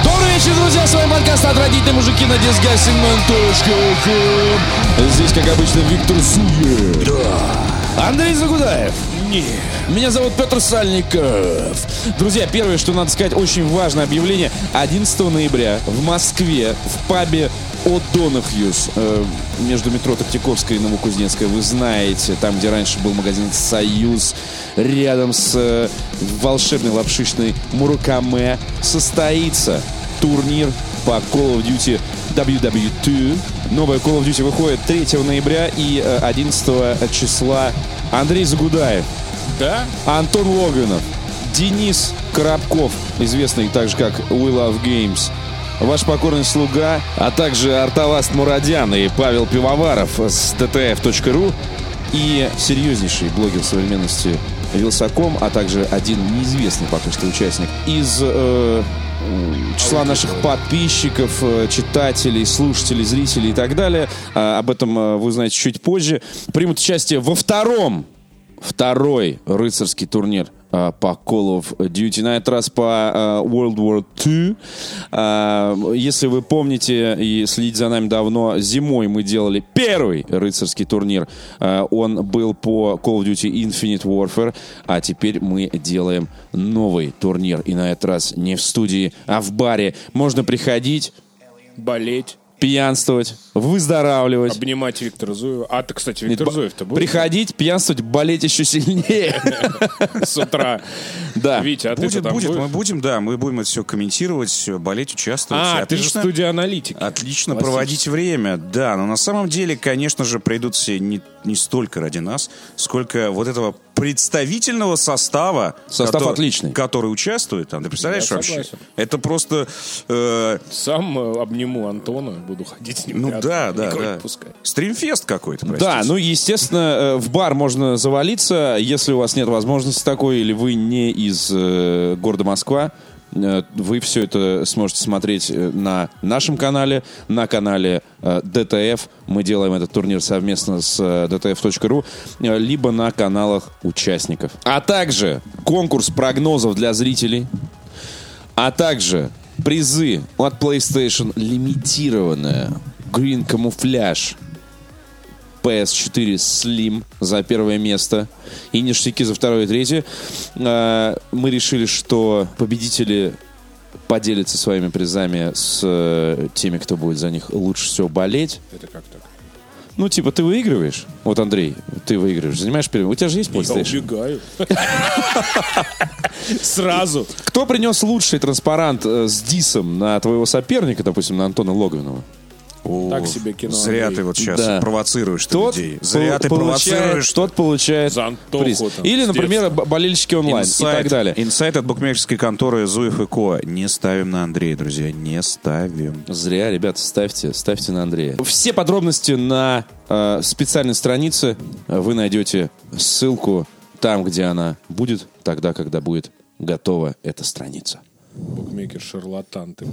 Здравствуйте, друзья, с вами подкаст «Отвратительные мужики» на disgusting.com Здесь, как обычно, Виктор Зуев. Андрей Загудаев. Меня зовут Петр Сальников. Друзья, первое, что надо сказать, очень важное объявление. 11 ноября в Москве в пабе О'Донахьюс э, между метро Тактиковская и Новокузнецкая. Вы знаете, там, где раньше был магазин «Союз», рядом с э, волшебной лапшичной Муракаме, состоится турнир по Call of Duty WW2. Новая Call of Duty выходит 3 ноября и э, 11 числа. Андрей Загудаев, Да? Антон Логвинов, Денис Коробков, известный также как We Love Games, ваш покорный слуга, а также Арталаст Мурадян и Павел Пивоваров с ttf.ru и серьезнейший блогер современности Вилсаком, а также один неизвестный пока что участник из э, м, числа наших подписчиков, э, читателей, слушателей, зрителей и так далее. А, об этом э, вы узнаете чуть позже. Примут участие во втором второй рыцарский турнир а, по Call of Duty, на этот раз по а, World War II. А, Если вы помните и следите за нами давно, зимой мы делали первый рыцарский турнир. А, Он был по Call of Duty Infinite Warfare, а теперь мы делаем новый турнир. И на этот раз не в студии, а в баре. Можно приходить, Болеть, пьянствовать, выздоравливать. обнимать Виктора Зуева. А ты, кстати, Нет, Виктор ба- Зуев-то был Приходить, пьянствовать, болеть еще сильнее. с утра. Да. Витя, а ты Будет, там будет, мы будешь? будем, да, мы будем это все комментировать, всё, болеть, участвовать. А, ты же отлично, студия аналитик. отлично проводить время, да, но на самом деле, конечно же, пройдут все не, не столько ради нас, сколько вот этого представительного состава. Состав отличный. Который участвует там, ты представляешь Я вообще? согласен. Это просто... э, Сам э, обниму Антона, буду ходить с ним. ну рядом. да, да, И говорить, да. Пускай. Стримфест какой-то, простите. Да, ну, естественно, э, в бар можно завалиться, если у вас нет возможности такой, или вы не из э, города Москва. Э, Вы все это сможете смотреть э, на нашем канале, на канале э, DTF. Мы делаем этот турнир совместно с э, dtf.ru, э, либо на каналах участников. А также конкурс прогнозов для зрителей. А также призы от PlayStation лимитированная Green Camouflage PS4 Slim за первое место и ништяки за второе и третье. Э, Мы решили, что победители поделятся своими призами с э, теми, кто будет за них лучше всего болеть. Это как так? Ну, типа, ты выигрываешь. Вот, Андрей, ты выигрываешь. Занимаешь первое. У тебя же есть Я PlayStation? убегаю. Сразу. Кто принес лучший транспарант э, с дисом на твоего соперника, допустим, на Антона Логвинова? О, так себе кино, Зря Андрей. ты вот сейчас ну, Да. провоцируешь ты Тот людей. Зря пол- ты получает, провоцируешь тот получает За Антоху приз. там, Или, с например, б- болельщики онлайн и так далее. Инсайт от букмекерской конторы Зуев и Ко. Не ставим на Андрея, друзья, не ставим. Зря, ребята, ставьте, ставьте на Андрея. Все подробности на э, специальной странице вы найдете ссылку там, где она будет, тогда, когда будет готова эта страница. Букмекер шарлатан ты.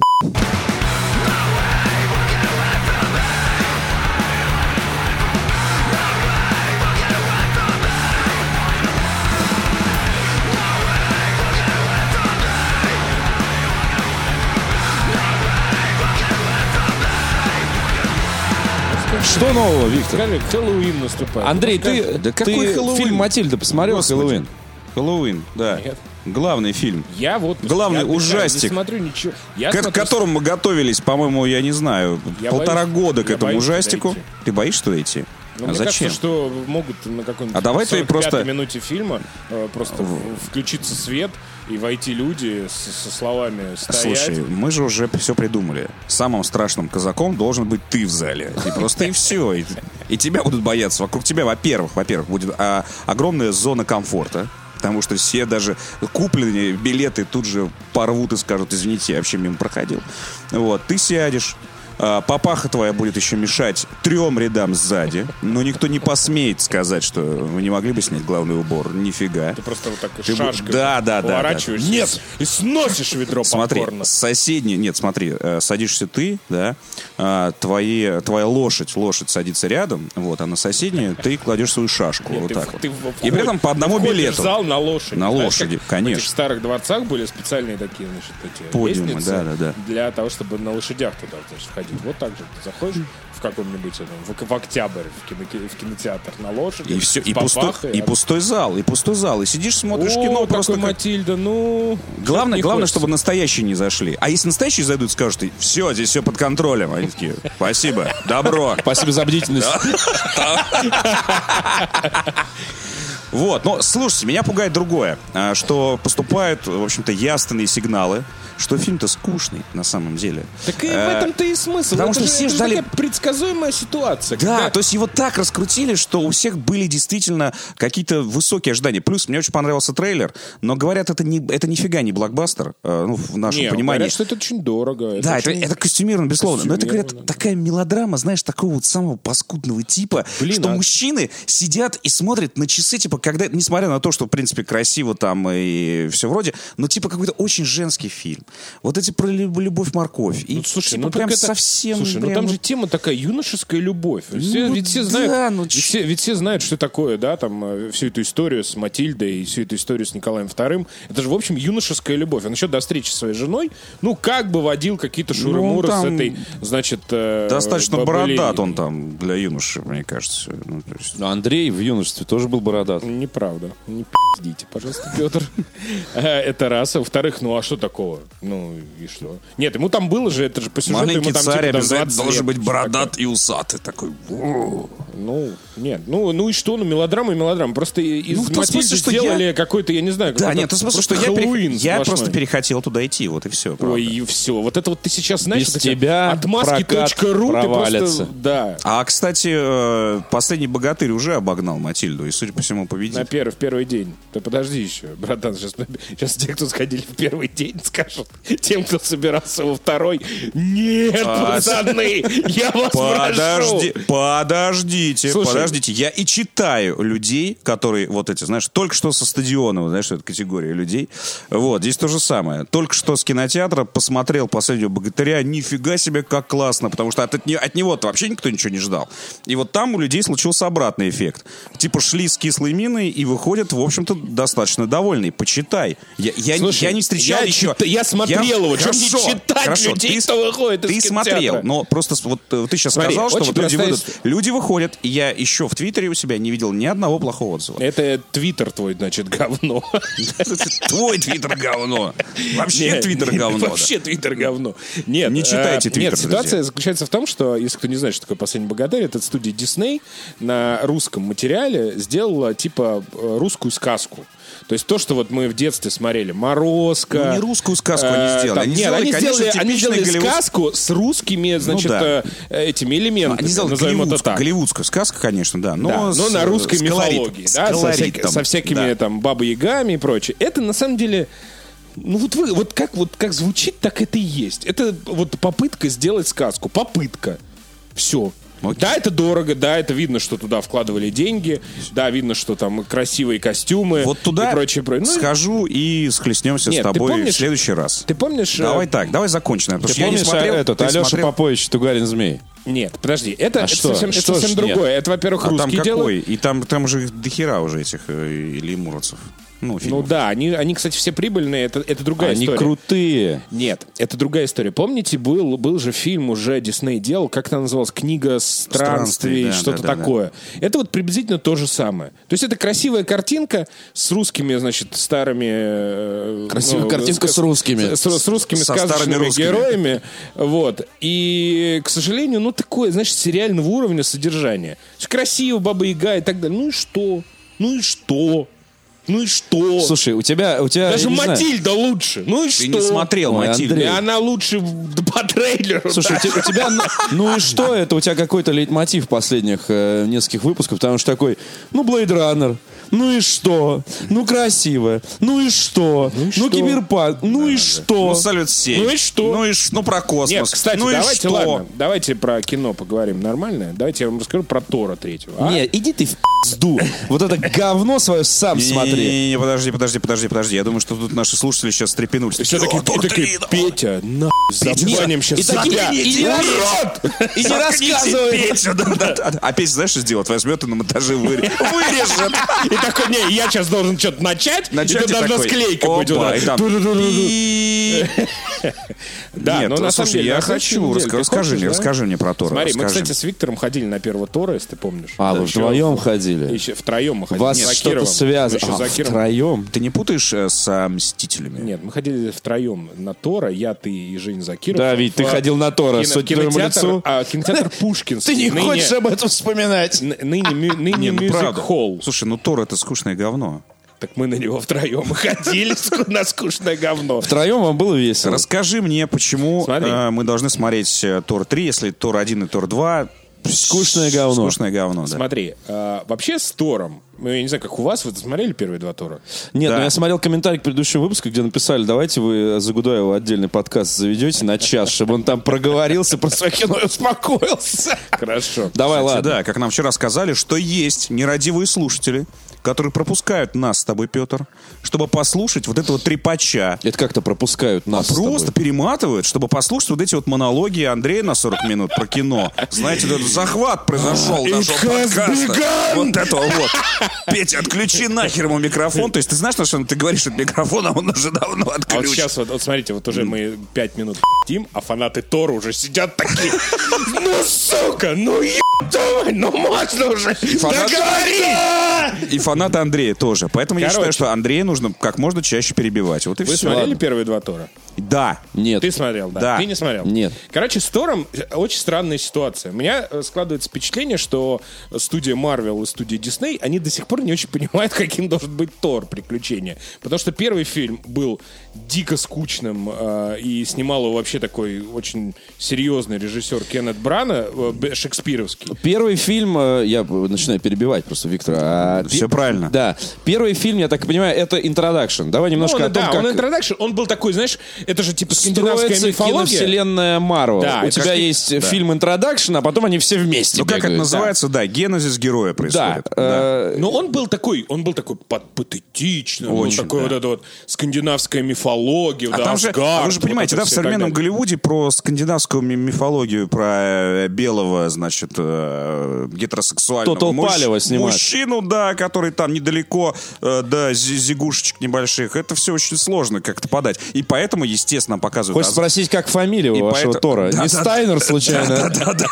Что нового, Виктор? Скажи, Хэллоуин наступает. Андрей, ты, ты Да какой Хэллоуин? фильм «Матильда» посмотрел? Господи. Хэллоуин. Хэллоуин, да. Нет. Главный фильм. Я вот... Главный я отдыхаю, ужастик. Не смотрю ничего. Я К, к смотрю которому мы готовились, по-моему, я не знаю, Я полтора боюсь- года к я этому боюсь туда ужастику. идти. Ты боишься туда идти? Ну, а мне зачем? кажется, что могут на какой-нибудь А давай ты 45-й просто- минуте фильма э, просто в- включиться свет и войти люди с- со словами «стоять». Слушай, мы же уже все придумали. Самым страшным казаком должен быть ты в зале. И просто и все. И, и тебя будут бояться. Вокруг тебя, во-первых, во-первых, будет а, огромная зона комфорта. Потому что все даже купленные билеты тут же порвут и скажут, извините, я вообще мимо проходил. Вот, ты сядешь, А, Папаха твоя будет еще мешать трем рядам сзади, но никто не посмеет сказать, что вы не могли бы снять главный убор. Нифига. Ты просто вот так бу- шашкой Да, да, да, да. поворачиваешься Нет! и сносишь ведро Смотри, попкорна. соседний, нет, смотри, э, садишься ты, да, а, твои, твоя лошадь, лошадь садится рядом, вот, а на соседнюю ты кладешь свою шашку, вот ты так в- вот. ты в- И при этом по одному входишь билету. в зал на лошади. На Знаешь, лошади, как В конечно. этих старых дворцах были специальные такие, значит, эти Подиумы, лестницы да, да, да. для того, чтобы на лошадях туда, значит, входить. Вот так же ты заходишь в каком-нибудь, там, в, в октябрь, в, кино- в кинотеатр на лошади. И все, с и, пусто, папахой, и а- пустой зал, и пустой зал. И сидишь, смотришь О, кино, какой просто как- Матильда, ну... Главное, не главное, хочется. чтобы настоящие не зашли. А если настоящие зайдут, скажут, все, здесь все под контролем. Они такие, спасибо, добро. Спасибо за бдительность. Вот, но слушайте, меня пугает другое, а, что поступают, в общем-то, ясные сигналы, что фильм-то скучный на самом деле. Так и в Э, этом-то и смысл. потому Это что же- все это же ждали- такая предсказуемая ситуация. Да, когда- то есть его так раскрутили, что у всех были действительно какие-то высокие ожидания. Плюс мне очень понравился трейлер, но говорят, это, не, это нифига не блокбастер, э, ну, в нашем Не, понимании. говорят, что это очень дорого. Да, это, очень- это костюмировано, безусловно. Но это, говорят, Костюмировано, да. такая мелодрама, знаешь, такого вот самого паскудного типа, Блин, что а- мужчины сидят и смотрят на часы, типа, когда, несмотря на то, что, в принципе, красиво там и все вроде, но, типа, какой-то очень женский фильм. Вот эти про лю- любовь-морковь. И, Ну, слушай, типа, ну прям так это- совсем... Слушай, ну прям там вот- же тема такая юношеская любовь. Все- Ну, ведь все да, знают, ну, ведь, чё- все, ведь все знают, что такое, да, там э, всю эту историю с Матильдой и всю эту историю с Николаем II. Это же, в общем, юношеская любовь. Он еще до встречи с своей женой, ну, как бы водил какие-то шуры-муры Ну, там с этой, значит, э, Достаточно бабулей. бородат он там для юноши, мне кажется. Ну, то есть- Но Андрей в юношестве тоже был бородат. Неправда. Не пиздите, пожалуйста, Петр. Э, Это раз. А Во-вторых, ну а что такого? Ну и что? Нет, ему там было же, это же по сюжету ему Маленький там царь типа, там обязательно 20 должен лет, быть что бородат и усатый. Такой... «Воу». Ну, нет. Ну, ну и что? Ну, мелодрама и мелодрама. Просто и- из Ну, в том Матильды смысле, что сделали какой-то, я не знаю, Да, какой-то нет, в смысле, что ну, просто я, перех- Хэллоуин я сплошной. просто перехотел туда идти, вот и все. Ой, и все. Вот это вот ты сейчас знаешь, Без вот эти тебя прокат отмазки.ру ты провалится. просто... Да. А, кстати, э, последний богатырь уже обогнал Матильду и, судя по всему, На победит. первый, в первый день. Да подожди еще, братан, сейчас, сейчас те, кто сходили в первый день, скажут тем, кто собирался во второй. Нет, А, пацаны, я вас Подожди, прошу. подождите, Слушай. подождите. Я и читаю людей, которые, вот эти, знаешь, только что со стадиона, вот знаешь, это категория людей. Вот, здесь то же самое. Только что с кинотеатра посмотрел последнего богатыря. Нифига себе, как классно, потому что от, от, не- от него-то вообще никто ничего не ждал. И вот там у людей случился обратный эффект. Типа шли с кислой миной и выходят, в общем-то, достаточно довольные. Почитай. Я, я, Слушай, я не встречал я еще. чита- я смотрел его, чё мне читать людей, ты- кто выходит из Ты кинотеатра? смотрел, но просто с- вот э, ты сейчас Смотри, сказал, что очень вот люди простая выйдут. Люди выходят, и я еще в Твиттере у себя не видел ни одного плохого отзыва. Это твиттер твой, значит, говно. Твой Твиттер говно. Вообще Не, Твиттер не, говно. да. Вообще твиттер говно. Нет, Не э, читайте Твиттер, Нет, ситуация друзья. заключается в том, что, если кто не знает, что такое «Последний богатырь», это студия Disney на русском материале сделала, типа, э, русскую сказку. То есть то, что вот мы в детстве смотрели, «Морозко». Ну, не русскую сказку они э, сделали. там- Они нет, сделали, они конечно, сделали, они типичный сделали голливудский- Ну сказку с русскими, значит, да. Ну, э, этими элементами. Они сделали назовем это голливудскую, так. голливудскую сказку, конечно, да. Но, Да, но, с- на русской с мифологии, колоритом, с да, со, всяк- колоритом, со всякими да. там баба-ягами и прочее. Это на самом деле, ну вот вы, вот как вот как звучит, так это и есть. Это вот попытка сделать сказку, попытка. Все. Окей. Да, это дорого, да, это видно, что туда вкладывали деньги, да, видно, что там красивые костюмы Вот туда и прочее, прочее. Ну, схожу и схлестнемся с Нет, ты тобой помнишь- в следующий раз. ты помнишь? э, Давай так, давай закончим. наверное, Ты потому что я не помнишь смотрел, а, этот ты Алеша смотрел. Попович Тугарин Змей? Нет, подожди, это, А это что? совсем, это Что ж совсем нет? другое. Это, во-первых, А там русские дела. какой? И там, там же их дохера уже этих э, лемурцев. Ну, Ну фильмов. да, они, они, кстати, все прибыльные, это, это другая Они история. крутые. Нет, это другая история. Помните, был, был же фильм уже Дисней делал, как она называлась, книга странствий, Странствий, да, что-то да, да, да. такое. Это вот приблизительно то же самое. То есть это красивая картинка с русскими, значит, старыми... э, Красивая картинка с русскими. С, с русскими Со сказочными старыми русскими. героями. Вот. И, к сожалению, ну такое, значит, сериального уровня содержания. То есть Красиво, баба-яга и так далее. Ну и что? Ну и что? Ну и что? Слушай, у тебя... У тебя Даже я не знаю. Матильда лучше. Ну и что? Ты не смотрел, Ой, Матильду. Андрей. И она лучше в- по трейлеру. Слушай, у те- у тебя, ну- ну и что это? У тебя какой-то лейтмотив последних э, нескольких выпусков, потому что такой, ну, Blade Runner, Ну и что? Ну красиво. Ну и что? Ну, что? киберпанк. Ну и что? Ну, салют 7. Ну и что? Ну и ш- ну про космос. Нет, кстати, ну и давайте, что? ладно, давайте про кино поговорим нормально. Давайте я вам расскажу про Тора третьего. а? Не, иди ты в пизду. Вот это говно свое сам смотри. Не-не-не, подожди, подожди, подожди, подожди. Я думаю, что тут наши слушатели сейчас трепенулись. И все такие, и такие, Петя, нахуй, забаним сейчас И такие- тебя. и не рас- и не рассказывай. А Петя, знаешь, что сделать? Возьмет и на монтаже выре- вырежет. И такой, не, я сейчас должен что-то начать, и Начать тут и должна такой, склейка быть у опа, нас. и там пи- Да, Нет, но на самом слушай, деле, я на самом хочу, деле, раска- ты расскажи хочешь, да? мне, расскажи мне про Тора. Смотри, мы, расскажи. кстати, с Виктором ходили на первого Тора, если ты помнишь. А, вы Еще- вдвоем ходили? Еще втроем мы ходили. Вас не, за что-то Кировом. связано. Мы еще А, за Кировом. Втроем? Ты не путаешь э, с а, Мстителями? Нет, мы ходили втроем на Тора, я, ты и Женя Закиров. Да, Вить, ты В, ходил на Тора, кино- судя по твоему кинотеатр, лицу. а, кинотеатр Пушкинский. Ты не ныне- хочешь об этом вспоминать? ны- Ныне, мю- ныне Не, ну мюзик правда. холл. Слушай, ну Тор это скучное говно. Так мы на него втроем и ходили ску- на скучное говно. Втроем вам было весело. Расскажи мне, почему Смотри. э, мы должны смотреть э, Тор 3, если Тор 1 и Тор 2... Скучное говно. Скучное говно, да. Смотри, а, вообще с Тором, ну, я не знаю, как у вас, вы смотрели первые два Тора? Нет, Да. ну я смотрел комментарий к предыдущему выпуску, где написали, давайте вы за Гудаева отдельный подкаст заведете на час, чтобы он там проговорился про свое кино и успокоился. Хорошо. Давай, Кстати, ладно. Да, как нам вчера сказали, что есть нерадивые слушатели, которые пропускают нас с тобой, Петр, чтобы послушать вот этого трепача. Это как-то пропускают нас. с тобой. А Просто перематывают, чтобы послушать вот эти вот монологи Андрея на 40 минут про кино. Знаете, вот этот захват произошел нашего has подкаста. Вот этого вот. Петя, отключи нахер ему микрофон. То есть ты знаешь, на что ты говоришь от микрофона, он уже А давно вот отключен. сейчас, вот, вот смотрите, вот уже мы пять минут тим, а фанаты Тора уже сидят такие. Ну, сука, ну ебать, ну можно уже, фанаты- договори! И фанаты Андрея тоже. Поэтому я Короче. считаю, что Андрея нужно как можно чаще перебивать. Вот и Вы все. смотрели первые два Тора? Да. Нет. Ты смотрел, да? Да. Ты не смотрел? Нет. Короче, с Тором э, очень странная ситуация. У меня э, складывается впечатление, что студия Marvel и студия Disney, они до сих пор не очень понимают, каким должен быть Тор приключения. Потому что первый фильм был дико скучным, э, и снимал его вообще такой очень серьезный режиссер Кеннет Брана, э, б- шекспировский. Первый фильм, э, я начинаю перебивать просто Виктора. а Всё пе- правильно. Да. Первый фильм, я так понимаю, это интродакшн. Давай немножко Ну, о он, том, да, а как он introduction, он был такой, знаешь, это же типа скандинавская строится мифология. киновселенная Марвел. Да, У это тебя как- есть э, фильм интродакшн, а потом они все вместе Ну как это бегают. называется, да, генезис героя Да. происходит. Да. э, Но Ну, он был такой, он был такой под- патетичный, он был Очень, такой да. вот это вот скандинавская мифология, А да, там же, а вы Асгард, же вот понимаете, это да, в всё и так современном далее. Голливуде про скандинавскую ми- мифологию, про э, белого, значит, э, гетеросексуального Тотал мужч- Палева снимают. мужчину, да, который там недалеко э, до зи- зигушечек небольших. Это все очень сложно как-то подать. И поэтому, естественно, показывают... Хочешь Аз- спросить, как фамилия у И вашего поэтому- Тора? Да, Не да, Стайнер, случайно? Да-да-да.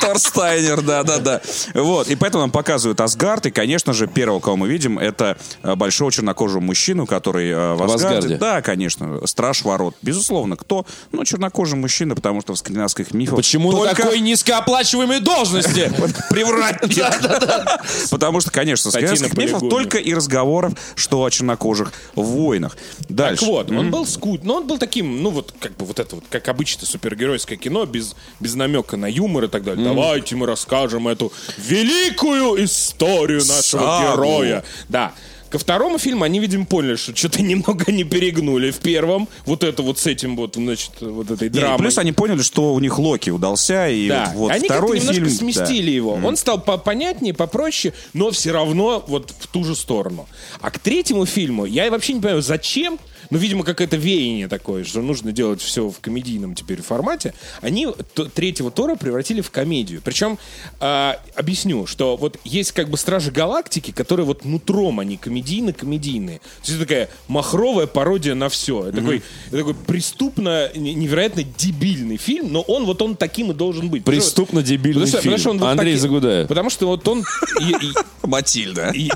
Торстайнер, да-да-да. Вот, и поэтому нам показывают Асгард, и, конечно же, первого, кого мы видим, это э, большого чернокожего мужчину, который э, в В Асгарде. Асгарде. Да, конечно, страж ворот. Безусловно, кто? Ну, чернокожий мужчина, потому что в скандинавских мифах... Почему на только такой низкооплачиваемой должности? Привратник. Потому что, конечно, в Статьи на скандинавских мифах полигоне. только и разговоров, что о чернокожих воинах. Так Дальше. вот, он был скут, но он был таким, ну вот как бы вот это вот, как обычно супергеройское кино, без, без намека на юмор и так далее. Давайте мы расскажем эту великую историю нашего Сагу. героя. Да. Ко второму фильму они, видимо, поняли, что что-то немного не перегнули. В первом вот это вот с этим вот, значит, вот этой Не, и драмой. плюс они поняли, что у них Локи удался, и Да, вот они как-то второй немножко фильм... да. сместили его. Он стал по- понятнее, попроще, но все равно вот в ту же сторону. А к третьему фильму я и вообще не понимаю, зачем, ну, видимо, какое-то веяние такое, что нужно делать все в комедийном теперь формате, они т- третьего Тора превратили в комедию. Причем, а, объясню, что вот есть как бы Стражи Галактики, которые вот нутром они комедийно-комедийные. То есть это такая махровая пародия на все. Это такой, это такой преступно, не- невероятно дебильный фильм, но он вот он таким и должен быть. Преступно дебильный Потому что- потому что а он фильм. вот Андрей таки- Загудаев. Потому что вот он... и- и- Матильда. и-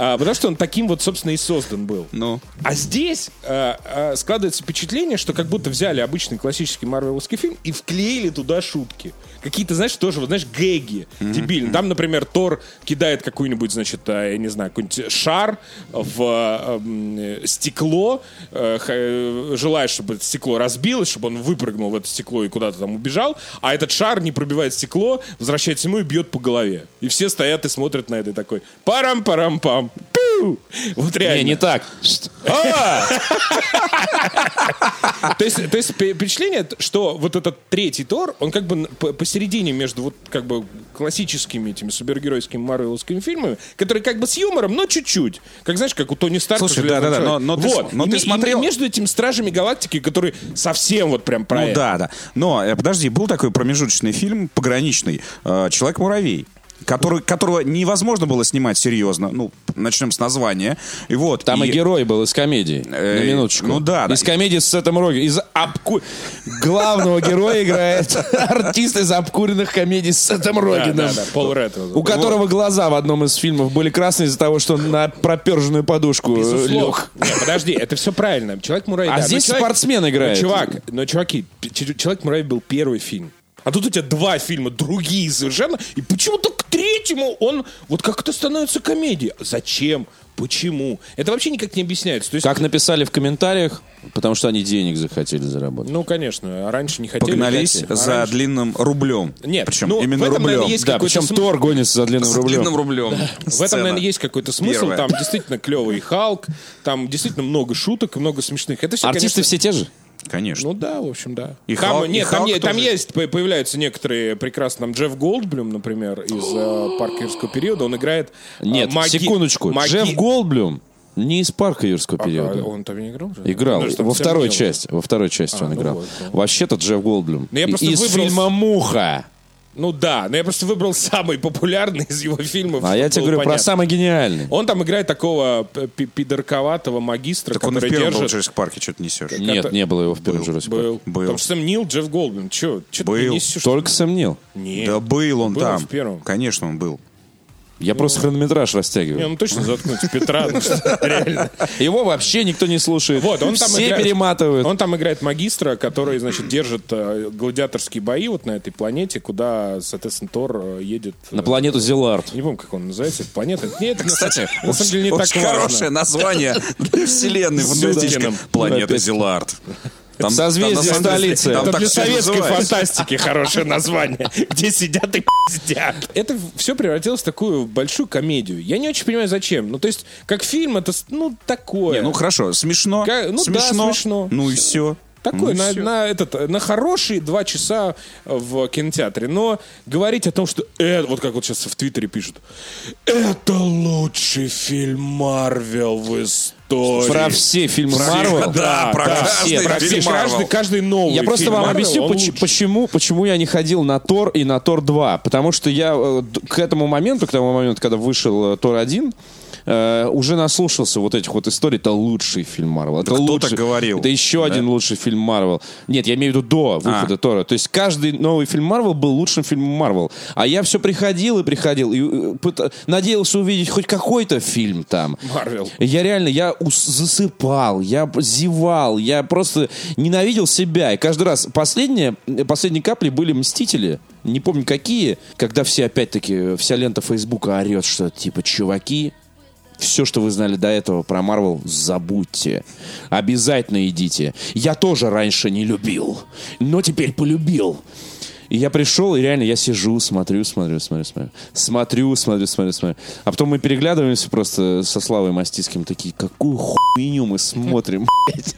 А, потому что он таким вот, собственно, и создан был. Ну. А здесь а, а, складывается впечатление, что как будто взяли обычный классический марвеловский фильм и вклеили туда шутки. Какие-то, знаешь, тоже, вот, знаешь, гэги дебильные. Там, например, Тор кидает какую-нибудь, значит, а, я не знаю, какой-нибудь шар в а, м, э, стекло, э, х- э, желает, чтобы это стекло разбилось, чтобы он выпрыгнул в это стекло и куда-то там убежал, а этот шар не пробивает стекло, возвращается ему и бьет по голове. И все стоят и смотрят на это и такой парам-парам-пам. Пиу! Вот реально. Не, не так. То есть, то есть пе- впечатление, что вот этот третий Тор, он как бы н- по- посередине между вот как бы классическими этими супергеройскими марвеловскими фильмами, которые как бы с юмором, но чуть-чуть. Как знаешь, как у Тони Старка. Слушай, «Железного да-да-да, человека». но- но ты с- вот. но И ты ме- и смотрел- между этим Стражами Галактики, которые совсем вот прям про Ну это. да, да. Но, э, подожди, был такой промежуточный фильм, пограничный, э, «Человек-муравей». Который, которого невозможно было снимать серьезно. Ну, начнем с названия. И вот, Там и, и- герой был из комедии. Э, на минуточку. ну да, да. Из комедии с Сетом Роги. Из обку... Главного героя играет артист из обкуренных комедий с Сетом Да, Рогином. да, да, Пол Ред его У зовут. которого глаза в одном из фильмов были красные из-за того, что он на проперженную подушку э, Безусловно. лег. Не, подожди, это все правильно. Человек муравей. А здесь спортсмен играет. чувак, но чуваки, человек муравей был первый фильм. А тут у тебя два фильма, другие совершенно. И почему-то к третьему он вот как-то становится комедией. Зачем? Почему? Это вообще никак не объясняется. То есть, Как написали в комментариях, потому что они денег захотели заработать. ну, конечно, а раньше не хотели. погнались хотели. А за раньше- длинным рублем. Нет, Причем ну, именно в этом, рублем. наверное, есть Да, какой-то причем смысл. Тор гонится за длинным С рублем. длинным рублем. В этом, наверное, есть какой-то смысл. Первое. Там действительно клевый Халк, там действительно много шуток и много смешных. Это все, Артисты конечно, все те же? Конечно. Ну да, в общем, да. И там, Халк- и нет, там, Халк е- там тоже. есть, по- появляются некоторые прекрасные, там Джефф Голдблюм, например, из э, «Парка юрского периода», он играет э, Нет, маги- секундочку. маги- Джефф Голдблюм не из парка юрского А, периода. Он там не играл? же? Играл. Ну, что там во всем второй дело? части. Во второй части он ну играл. вот, ну. Вообще-то Джефф Голдблюм. Ну, я просто из выбрал- фильма «Муха». Ну да, но я просто выбрал самый популярный из его фильмов. А чтоб я тебе было говорю про понятно. самый гениальный. Он там играет такого п- пи- пидорковатого магистра, Так он и в который первом был в держит... Джейсик парке, что ты несешь. Нет, это- не было его в первом Jurassic Park. Был. Был. Потому что Сэм Нил, Джефф Голдблюм. Че? Че ты Был. несешь? Только сомнил. Нет. Да был он Был там. в первом. Конечно, он был. Я просто хронометраж Ну. Не, растягиваю. ну точно заткнуть Петра, ну что, реально. Его вообще никто не слушает. Вот, он там Все играет- перематывают. Он там играет магистра, который, значит, держит э, гладиаторские бои вот на этой планете, куда, соответственно, Тор э, едет. э, На планету Зелард. Не помню, как он называется, эта планета. Нет, это Кстати, на самом деле не так очень хорошее важно. название для вселенной. Вот Сюда. эти Сюда. Планета Опять. Зилард. Там, Созвездие там на самом деле- столицы. там Это так для всё советской называется. фантастики хорошее название, где сидят и пиздят. Это все превратилось в такую большую комедию. Я не очень понимаю, зачем. Ну, то есть, как фильм, это, с- ну, такое. Не, ну хорошо, смешно. Ка- ну да, смешно. смешно. Ну и все. Такой, на, на этот, э, на хорошие два часа э, в кинотеатре. Но говорить о том, что это, вот как вот сейчас в Твиттере пишут, это лучший фильм Марвел в истории. Про все фильмы Марвел. Да, про Да, каждый все, про фильм все. каждый, Марвел. каждый новый Я просто фильм вам Marvel, объясню, он поч- лучше. почему, почему я не ходил на Тор и на Тор 2. Потому что я э, д- к этому моменту, к тому моменту, когда вышел э, Тор 1, э, уже наслушался вот этих вот историй. Это лучший фильм Марвел. Это кто так лучший- говорил? Это еще один лучший фильм Марвел. Нет, я имею в виду А. до выхода Тора. То есть каждый новый фильм Марвел был лучшим фильмом Марвел. А я все приходил и приходил. И э, пыта- надеялся увидеть хоть какой-то фильм там. Марвел. Я реально, я ус- засыпал, я зевал, я просто ненавидел себя. И каждый раз последние, последние капли были «Мстители», не помню какие, когда все опять-таки, э, вся лента Фейсбука орет, что типа «Чуваки, все, что вы знали до этого про Марвел, забудьте. Обязательно идите. Я тоже раньше не любил, но теперь полюбил. И я пришел, и реально я сижу, смотрю, смотрю, смотрю, смотрю. Смотрю, смотрю, смотрю, смотрю. А потом мы переглядываемся просто со Славой Мастиским, такие, какую хуйню мы смотрим, блядь.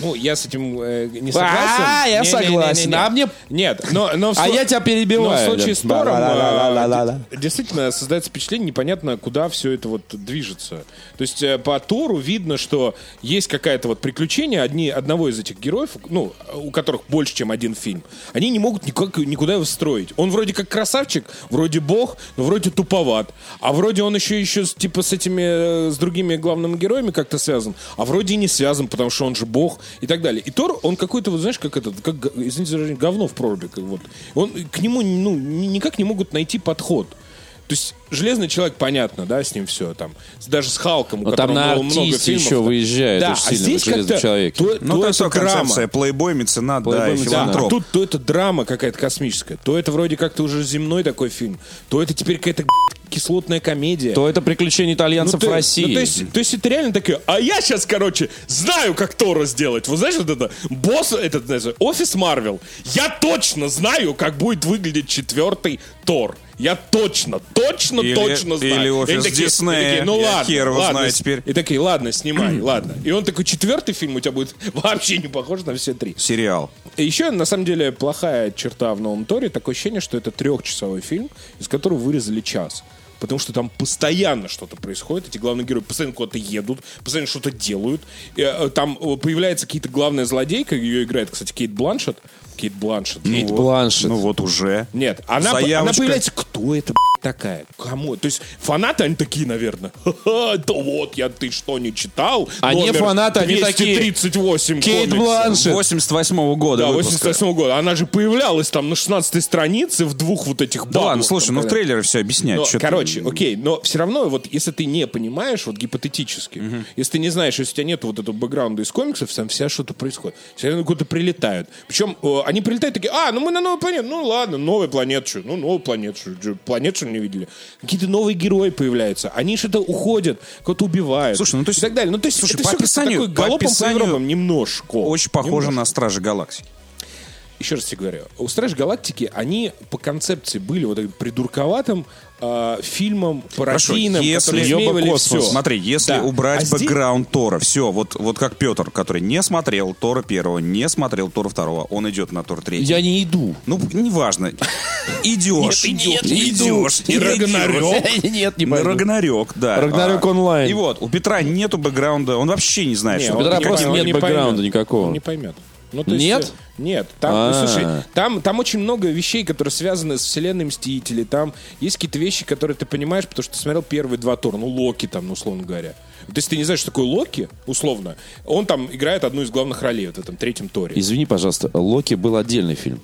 Ну, я с этим э, не согласен. А, я Не-не-не-не-не. согласен. А мне... Нет, но... но в А сло- я тебя перебиваю. Но в случае с Тором э, Ла-ла-ла-ла-ла-ла. д- действительно создается впечатление, непонятно, куда все это вот движется. То есть э, по Тору видно, что есть какое-то вот приключение одни, одного из этих героев, ну, у которых больше, чем один фильм. Они не могут никак, никуда его строить. Он вроде как красавчик, вроде бог, но вроде туповат. А вроде он еще, еще с- типа с этими, э, с другими главными героями как-то связан, а вроде и не связан, потому что он же бог и так далее. И Тор, он какой-то, вот знаешь, как этот, как, г- извините за выражение, говно в проруби. как Вот. Он, к нему ну, ни- никак не могут найти подход. То есть Железный человек, понятно, да, с ним все там. С- Даже с Халком, у Но там которого на было много артисте фильмов. еще выезжает Да, очень а сильно здесь по «Железном как-то человеке». то- Ну, то там это все драма. концепция. Плейбой, меценат, да, Плейбой, и меценат. Да, а филантроп. тут то это драма какая-то космическая, то это вроде как-то уже земной такой фильм, то это теперь какая-то б***ь, кислотная комедия. То это приключения Ну, итальянцев ты- в ну, то, России. есть, то есть это реально такое, а я сейчас, короче, знаю, как Тора сделать. Вот знаешь, вот это, босс, этот, знаешь, офис Марвел. Я точно знаю, как будет выглядеть четвертый Тор. Я точно, точно, Или- точно знаю. или И офис они такие- и Диснея. такие, ну Я ладно, хер его ладно, знаю с- теперь. И такие, ладно, снимай, ладно. И он такой, четвертый фильм у тебя будет вообще не похож на все три. Сериал. И еще, на самом деле, плохая черта в новом Торе, такое ощущение, что это трехчасовой фильм, из которого вырезали час. Потому что там постоянно что-то происходит, эти главные герои постоянно куда-то едут, постоянно что-то делают. И, э, там э, появляется какие-то главная злодейка, ее играет, кстати, Кейт Бланшет. Кейт Бланшет. ну Кейт вот. Бланшет. Ну вот уже. Нет, она, Заявочка. она появляется, кто это б***ь, такая? Кому? То есть фанаты, они такие, наверное. «Ха-ха, да вот, я ты что, не читал? А не Номер фанаты, они такие, 238 Кейт комикса». Бланшет. 88 года Да, выпуска. 88 года. Она же появлялась там на 16 странице в двух вот этих Да баблах. ладно, слушай, там, ну в когда- трейлере все объяснять. Но, чё ты- короче, окей, но все равно, вот если ты не понимаешь, вот гипотетически, если ты не знаешь, если у тебя нет вот этого бэкграунда из комиксов, там вся что-то происходит. Все равно куда-то прилетают. Причем э, они прилетают такие, а, ну мы на новую планету. Ну ладно, новая планета, что? Ну новая планета, что? Чё, Планет, что ли, не видели? Какие-то новые герои появляются. Они что-то уходят, кого-то убивают. Слушай, ну, то есть- и так далее. Ну то есть слушай, это по всё как-то описанию- такое по галопом описанию поигробом немножко. Очень похоже Немножко. на Стражи Галактики. Еще раз тебе говорю, у Стражи Галактики они по концепции были вот этим придурковатым э, фильмом пародийным, если- который Ёба осмеивали космос. всё. Смотри, если Да. убрать А здесь- бэкграунд Тора, все, вот, вот как Петр, который не смотрел Тора первого, не смотрел Тора второго, он идет на Тор третий. Я не иду. Ну, неважно. Идешь. Нет, идешь. иду. И Рагнарёк. Нет, не На пойду. Рагнарёк, да. Рагнарёк А, онлайн. И вот, у Петра нету бэкграунда, он вообще не знает, Не, что он Ну, Петра не просто поймет, нет не бэкграунда поймет. никакого. Он не поймет. Ну, то есть, Нет? э, нет. Там, ну, А. слушай, там, там очень много вещей, которые связаны с вселенной Мстителей. Там есть какие-то вещи, которые ты понимаешь, потому что ты смотрел первые два тура. Ну, Локи там, ну, условно говоря. Вот если ты не знаешь, что такое Локи, условно, он там играет одну из главных ролей вот в этом третьем торе. Извини, пожалуйста, Локи был отдельный фильм.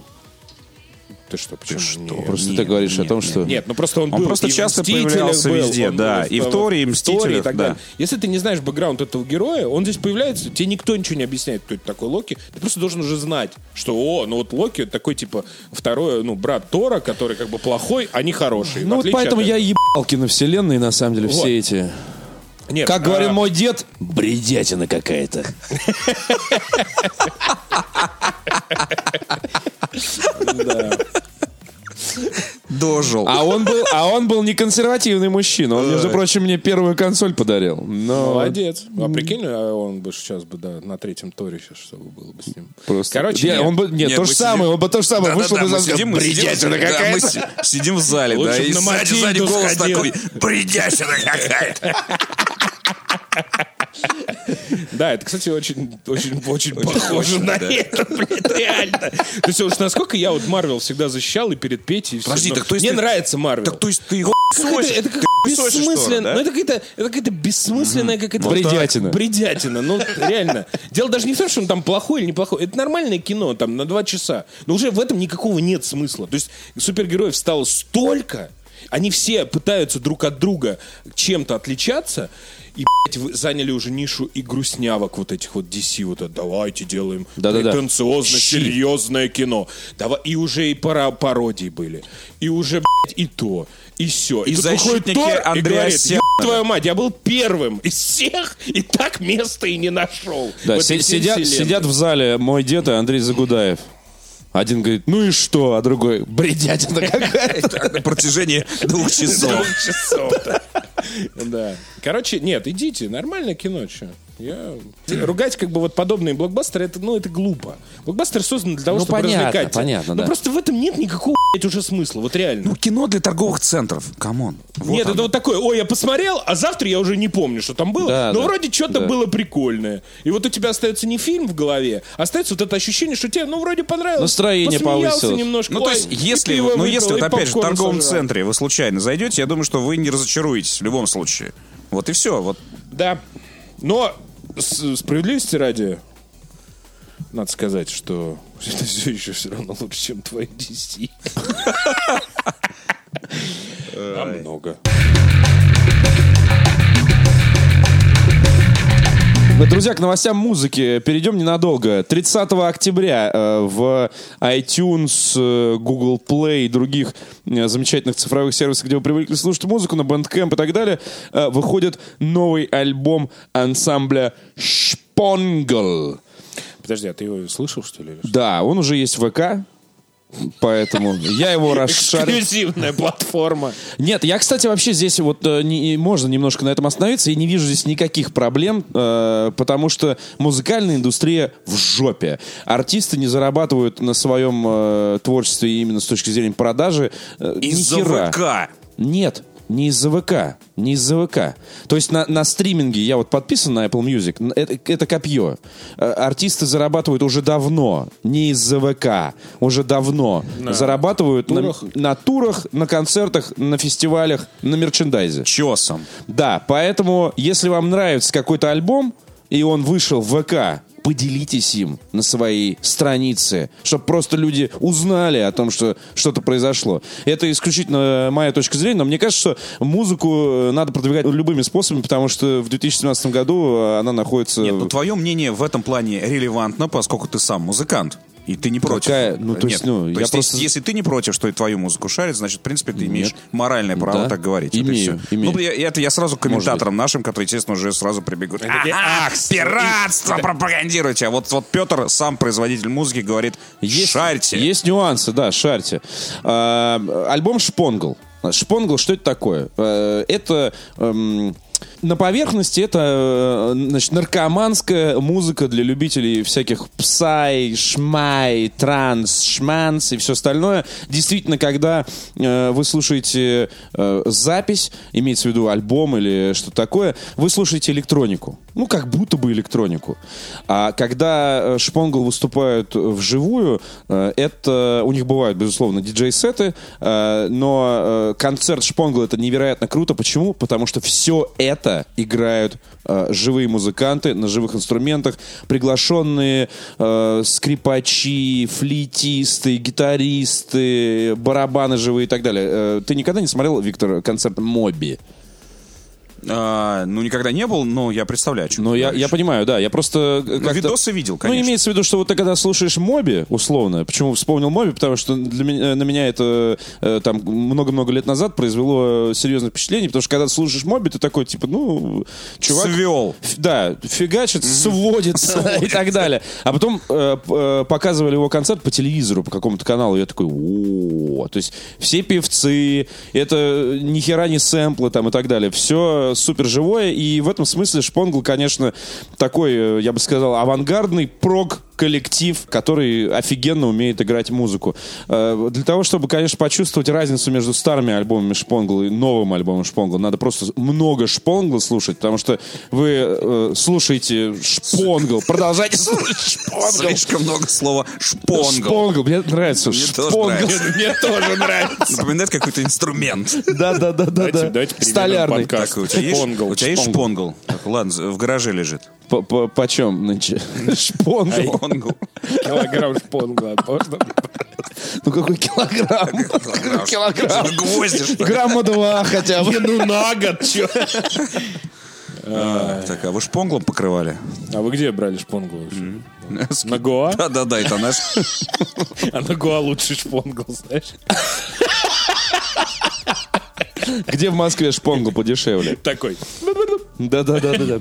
Ты что, почему? что? Нет. Просто Нет, ты говоришь о нет, том, нет, что... Нет, ну просто он, Он был просто и в часто «Мстителях» появлялся был, везде, он да, был и в «Торе», и в «Торе» и так «Мстителях», да. далее. Если ты не знаешь бэкграунд этого героя, он здесь появляется, тебе никто ничего не объясняет, кто это такой Локи. Ты просто должен уже знать, что, о, ну вот Локи это такой, типа, второй, ну, брат Тора, который как бы плохой, они хорошие. Ну в вот отличие поэтому от я ебал киновселенные, на самом деле, Вот. все эти... этого. Нет, Как а, говорил мой дед, бредятина какая-то. дожил. А он был, а он был не консервативный мужчина. Он, между прочим, мне первую консоль подарил. Но Молодец. А прикинь, а он бы сейчас бы, да, на третьем Торе сейчас, чтобы было бы с ним. Просто. Короче, Я- нет. он бы, нет, Нет, то мы же самое, сидим- он бы то же самое вышел бы Да-да-да, и мы сказал, сидим, мы сидим- «Бредятина да, какая-то». мы си- сидим в зале, Лучше да, б и на сзади, сзади Матильду голос сходил. такой, бредятина какая-то. Да, это, кстати, очень, очень, очень похоже на это, блин, реально. То есть уж насколько я вот Марвел всегда защищал и перед Петей. и всем, Подожди, но так то есть Мне ты- нравится Марвел. Так то есть ты это, это как бессмысленно, ну это какая-то, это какая-то бессмысленная какая-то Вот Бредятина. так, бредятина, ну реально. Дело даже не в том, что он там плохой или неплохой, это нормальное кино, там на два часа, но уже в этом никакого нет смысла. То есть супергероев стало столько, они все пытаются друг от друга чем-то отличаться, и блядь, вы заняли уже нишу и грустнявок вот этих вот DC, вот это давайте делаем Да-да-да. претенциозно, серьезное кино. Давай, и уже и пара пародии были, и уже, блядь, и то, и все. И, тут выходит защитники Тор и Андреа говорит, Сема. «Ёб твою мать, я был первым из всех, и так места и не нашел. Да, Вот си- и всей сидят, вселенной. сидят в зале мой дед и Андрей Загудаев. Один говорит, ну и что, а другой, бредятина какая-то. на протяжении двух часов. Двух часов. Да. Короче, нет, идите, нормальное кино, че. Я... Ругать как бы вот подобные блокбастеры, это, ну, это глупо. Блокбастер создан для того, Ну, чтобы понятно, развлекать. понятно, Но да. просто в этом нет никакого, блядь, уже смысла, вот реально. Ну, кино для торговых центров, камон. Вот Нет, оно. это вот такое, ой, я посмотрел, а завтра я уже не помню, что там было, Да, но да, вроде что-то да. было прикольное. И вот у тебя остается не фильм в голове, а остается вот это ощущение, что тебе, ну, вроде понравилось. Настроение посмеялся повысилось. немножко. Ну, то ой, есть, и если, пиво ну, выпил, если, вот, и опять же, в попкорн торговом сожрал. центре вы случайно зайдете, я думаю, что вы не разочаруетесь в любом случае. Вот и все. Вот. Да. Но с- справедливости ради, надо сказать, что это все еще все равно лучше, чем твои DC. А много. Ну, Друзья, к новостям музыки перейдем ненадолго. 30 октября э, в iTunes, э, Google Play и других э, замечательных цифровых сервисах, где вы привыкли слушать музыку, на Bandcamp и так далее, э, выходит новый альбом ансамбля «Шпонгл». Подожди, а ты его слышал, что ли? или что? Да, он уже есть в ВК, поэтому я его расшарил. Эксклюзивная платформа. Нет, я, кстати, вообще здесь вот э, не- не- можно немножко на этом остановиться. Я не вижу здесь никаких проблем, э, потому что музыкальная индустрия в жопе. Артисты не зарабатывают на своем э, творчестве именно с точки зрения продажи э, ни Из-за хера. ВК. Нет, не из-за ВК, не из-за ВК. То есть на, на стриминге, я вот подписан на Apple Music, н- это, это копье. Э, Артисты зарабатывают уже давно, не из-за ВК, уже давно. зарабатывают на- турах? На, турах, на концертах, на фестивалях, на мерчендайзе. Чесом. Да, поэтому, если вам нравится какой-то альбом, и он вышел в ВК, поделитесь им на своей странице, чтобы просто люди узнали о том, что что-то произошло. Это исключительно э, моя точка зрения, но мне кажется, что музыку э, надо продвигать любыми способами, потому что в 2017 году э, она находится... Нет, ну твое мнение в этом плане релевантно, поскольку ты сам музыкант. И ты не против. Э, Какая- ну, то есть, Нет, ну, я есть, просто- если ты не против, что и твою музыку шарит, значит, в принципе, ты имеешь моральное право Да. так говорить. Имею, это все. имею. Ну, я, я- это я сразу к комментаторам нашим, которые, естественно, уже сразу прибегут. такие, Ах, пиратство пропагандируйте. А вот, вот Петр, сам производитель музыки, говорит, шарьте. Есть нюансы, да, шарьте. А, Альбом «Шпонгл». «Шпонгл» что это такое? Э, Это... эм, На поверхности это э, значит, наркоманская музыка для любителей всяких псай, шмай, транс, шманс и все остальное. Действительно, когда э, вы слушаете э, запись, имеется в виду альбом или что такое, вы слушаете электронику. Ну, как будто бы электронику. А когда э, Шпонгл выступают э, вживую, э, это у них бывают, безусловно, диджей-сеты, э, но э, концерт Шпонгла это невероятно круто. Почему? Потому что все это играют э, живые музыканты на живых инструментах, приглашенные э, скрипачи, флейтисты, гитаристы, барабаны живые и так далее. Э, Ты никогда не смотрел, Виктор, концерт Моби? А, ну, никогда не был, но я представляю, о чем Ну, ты я, говоришь. я понимаю, да. Я просто... э, как-то- Ну, видосы видел, конечно. Ну, имеется в виду, что вот ты когда слушаешь Моби, условно, почему вспомнил Моби, потому что для меня, на меня это э, там много-много лет назад произвело э, серьезное впечатление, потому что когда ты слушаешь Моби, ты такой, типа, ну, чувак... Свел. ф- Да, фигачит, сводит и так далее. А потом э, п- э, показывали его концерт по телевизору, по какому-то каналу. Я такой, о То есть все певцы, это ни хера не сэмплы там и так далее. Все супер живое. И в этом смысле Шпонгл, конечно, такой, э, я бы сказал, авангардный прог коллектив, который офигенно умеет играть музыку. Э, Для того, чтобы, конечно, почувствовать разницу между старыми альбомами Шпонгла и новым альбомом Шпонгла, надо просто много Шпонгла слушать, потому что вы э, слушаете Шпонгл, продолжайте слушать Шпонгл. Слишком много слова шпонгл. Шпонгл, мне нравится. Мне тоже Шпонгл. нравится. Мне тоже нравится. Напоминает какой-то инструмент. Да, да, да, да, Давайте- да. давайте переведем Столярный. подкаст. Так, у тебя есть- Шпонгл, у тебя есть шпонгл? Так, Ладно, з- в гараже лежит. По- по- Почем нынче? Шпонгл. Шпонгл. Килограмм шпонгла. а Можно? Ну какой килограмм? Килограмм. Гвозди, что ли? Грамма два хотя бы. Не, ну на год, чё? Так, а вы шпонглом покрывали? А вы где брали шпонгу? вообще? На Гоа? Да-да-да, это наш. А на Гоа лучше шпонгл, знаешь? Где в Москве шпонгл подешевле? Такой. Да, да, да, да, да.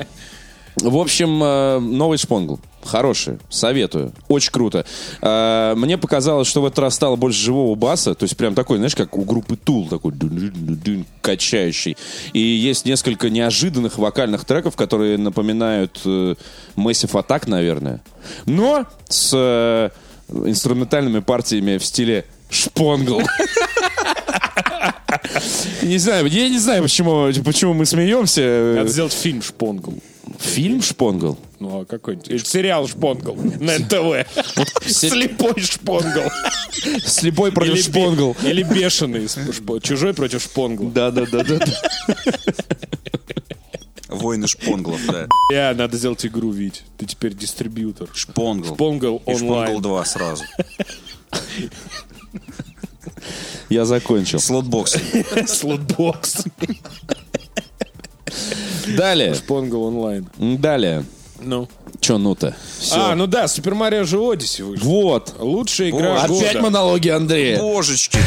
В общем, э, новый шпонгл. Хороший, советую. Очень круто. Э, Мне показалось, что в этот раз стало больше живого баса. То есть прям такой, знаешь, как у группы Тул, такой дун-дун-дун-дун, качающий. И есть несколько неожиданных вокальных треков, которые напоминают э, Massive Attack, наверное. Но с э, инструментальными партиями в стиле шпонгл. Не знаю, я не знаю, почему, почему мы смеемся. Надо сделать фильм шпонгл. Фильм «Шпонгл». Ну, а какой-нибудь. Или сериал «Шпонгл» на НТВ. Слепой «Шпонгл». Слепой против Или бе- «Шпонгл». Или бешеный. шп- Чужой против «Шпонгла». Да, да, да, да. Воины шпонглов, да. Я, надо сделать игру, Вить. Ты теперь дистрибьютор. Шпонгл. Шпонгл И шпонгл онлайн. 2 сразу. Я закончил. Слотбокс. Слотбокс. Далее. Понгол онлайн. Далее. Ну. Че ну-то? А, ну да, Супер Марио же Одиссе вышел. Вот. Лучшая игра года. Опять монологи Андрея. Божечки.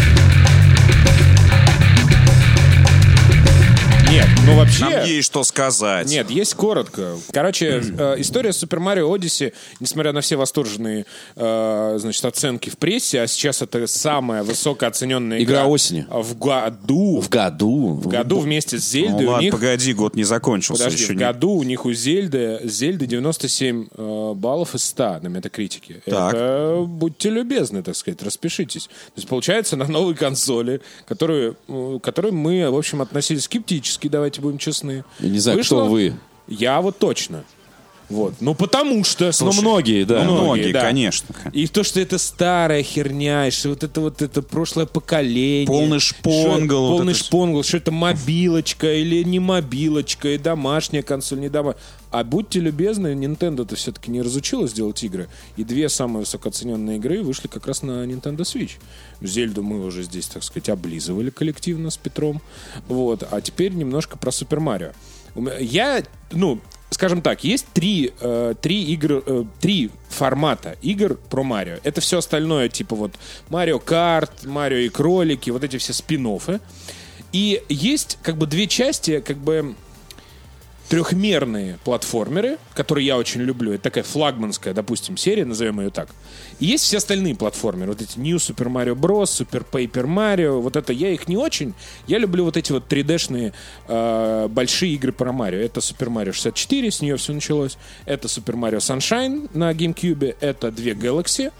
Нет, ну вообще... Нам есть что сказать. Нет, есть коротко. Короче, э, история с Super Mario Odyssey, несмотря на все восторженные э, значит, оценки в прессе, а сейчас это самая высоко оцененная игра, Игра осени. В году. В году. В году вместе с Ну Зельдой у ладно, них... погоди, год не закончился Подожди, еще. в не- году у них у Зельды, Зельды 97 э, баллов из 100 на метакритике. Так. Это, будьте любезны, так сказать, распишитесь. То есть получается на новой консоли, которую, э, к которой мы, в общем, относились скептически, давайте будем честны. Я не знаю, Вышло- кто вы. Я вот точно. Вот. Ну потому что... Ну, многие, да. Ну, Многие, многие, да. конечно. И то, что это старая херня, и что вот это вот это прошлое поколение. Полный шпонгл, Что- вот полный это всё. шпонгл, что это мобилочка или не мобилочка, и домашняя консоль, не домашняя. А будьте любезны, Nintendo-то все-таки не разучилась делать игры. И две самые высокооцененные игры вышли как раз на Nintendo Switch. Зельду мы уже здесь, так сказать, облизывали коллективно с Петром. Вот. А теперь немножко про Супер Марио. У меня- Я, ну, скажем так, есть три, э, три игры, э, три формата игр про Марио. Это все остальное, типа вот Марио Карт, Марио и кролики, вот эти все спин И есть как бы две части, как бы трехмерные платформеры, которые я очень люблю. Это такая флагманская, допустим, серия, назовем ее так. И есть все остальные платформеры. Вот эти New Super Mario Bros., Super Paper Mario. Вот это я их не очень. Я люблю вот эти вот 3D-шные э, большие игры про Марио. Это Super Mario 64, с нее все началось. Это Super Mario Sunshine на GameCube. Это две Galaxy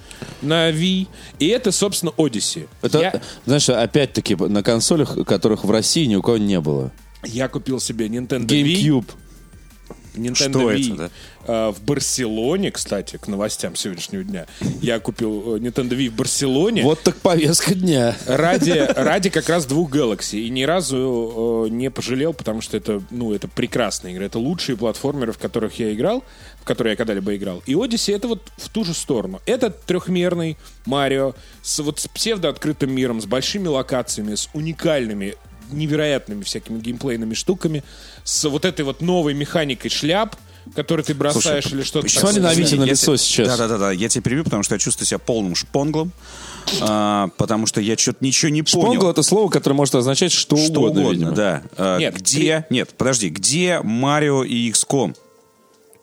на Wii. И это, собственно, Odyssey. Это, Я- знаешь, опять-таки на консолях, которых в России ни у кого не было. Я купил себе Nintendo Wii. GameCube. Nintendo Что это, Wii. Э, в Барселоне, кстати, к новостям сегодняшнего дня. Я купил э, Nintendo Wii в Барселоне. Вот так повестка дня. Ради, ради как раз двух Galaxy. И ни разу э, не пожалел, потому что это, ну, это прекрасная игра. Это лучшие платформеры, в которых я играл, в которые я когда-либо играл. И Odyssey это вот в ту же сторону. Это трехмерный Марио с, вот, с псевдооткрытым миром, с большими локациями, с уникальными невероятными всякими геймплейными штуками, с вот этой вот новой механикой шляп, которые ты бросаешь или что-то. Сейчас, Смотри на такое. Витю извини, на я лицо те- сейчас. Да-да-да, я тебя перебью, потому что я чувствую себя полным шпонглом, а, потому что я что-то ничего не понял. Шпонгл — это слово, которое может означать что, Что угодно, угодно, видимо. да. А, Нет, где... Нет, подожди, где Марио и XCOM?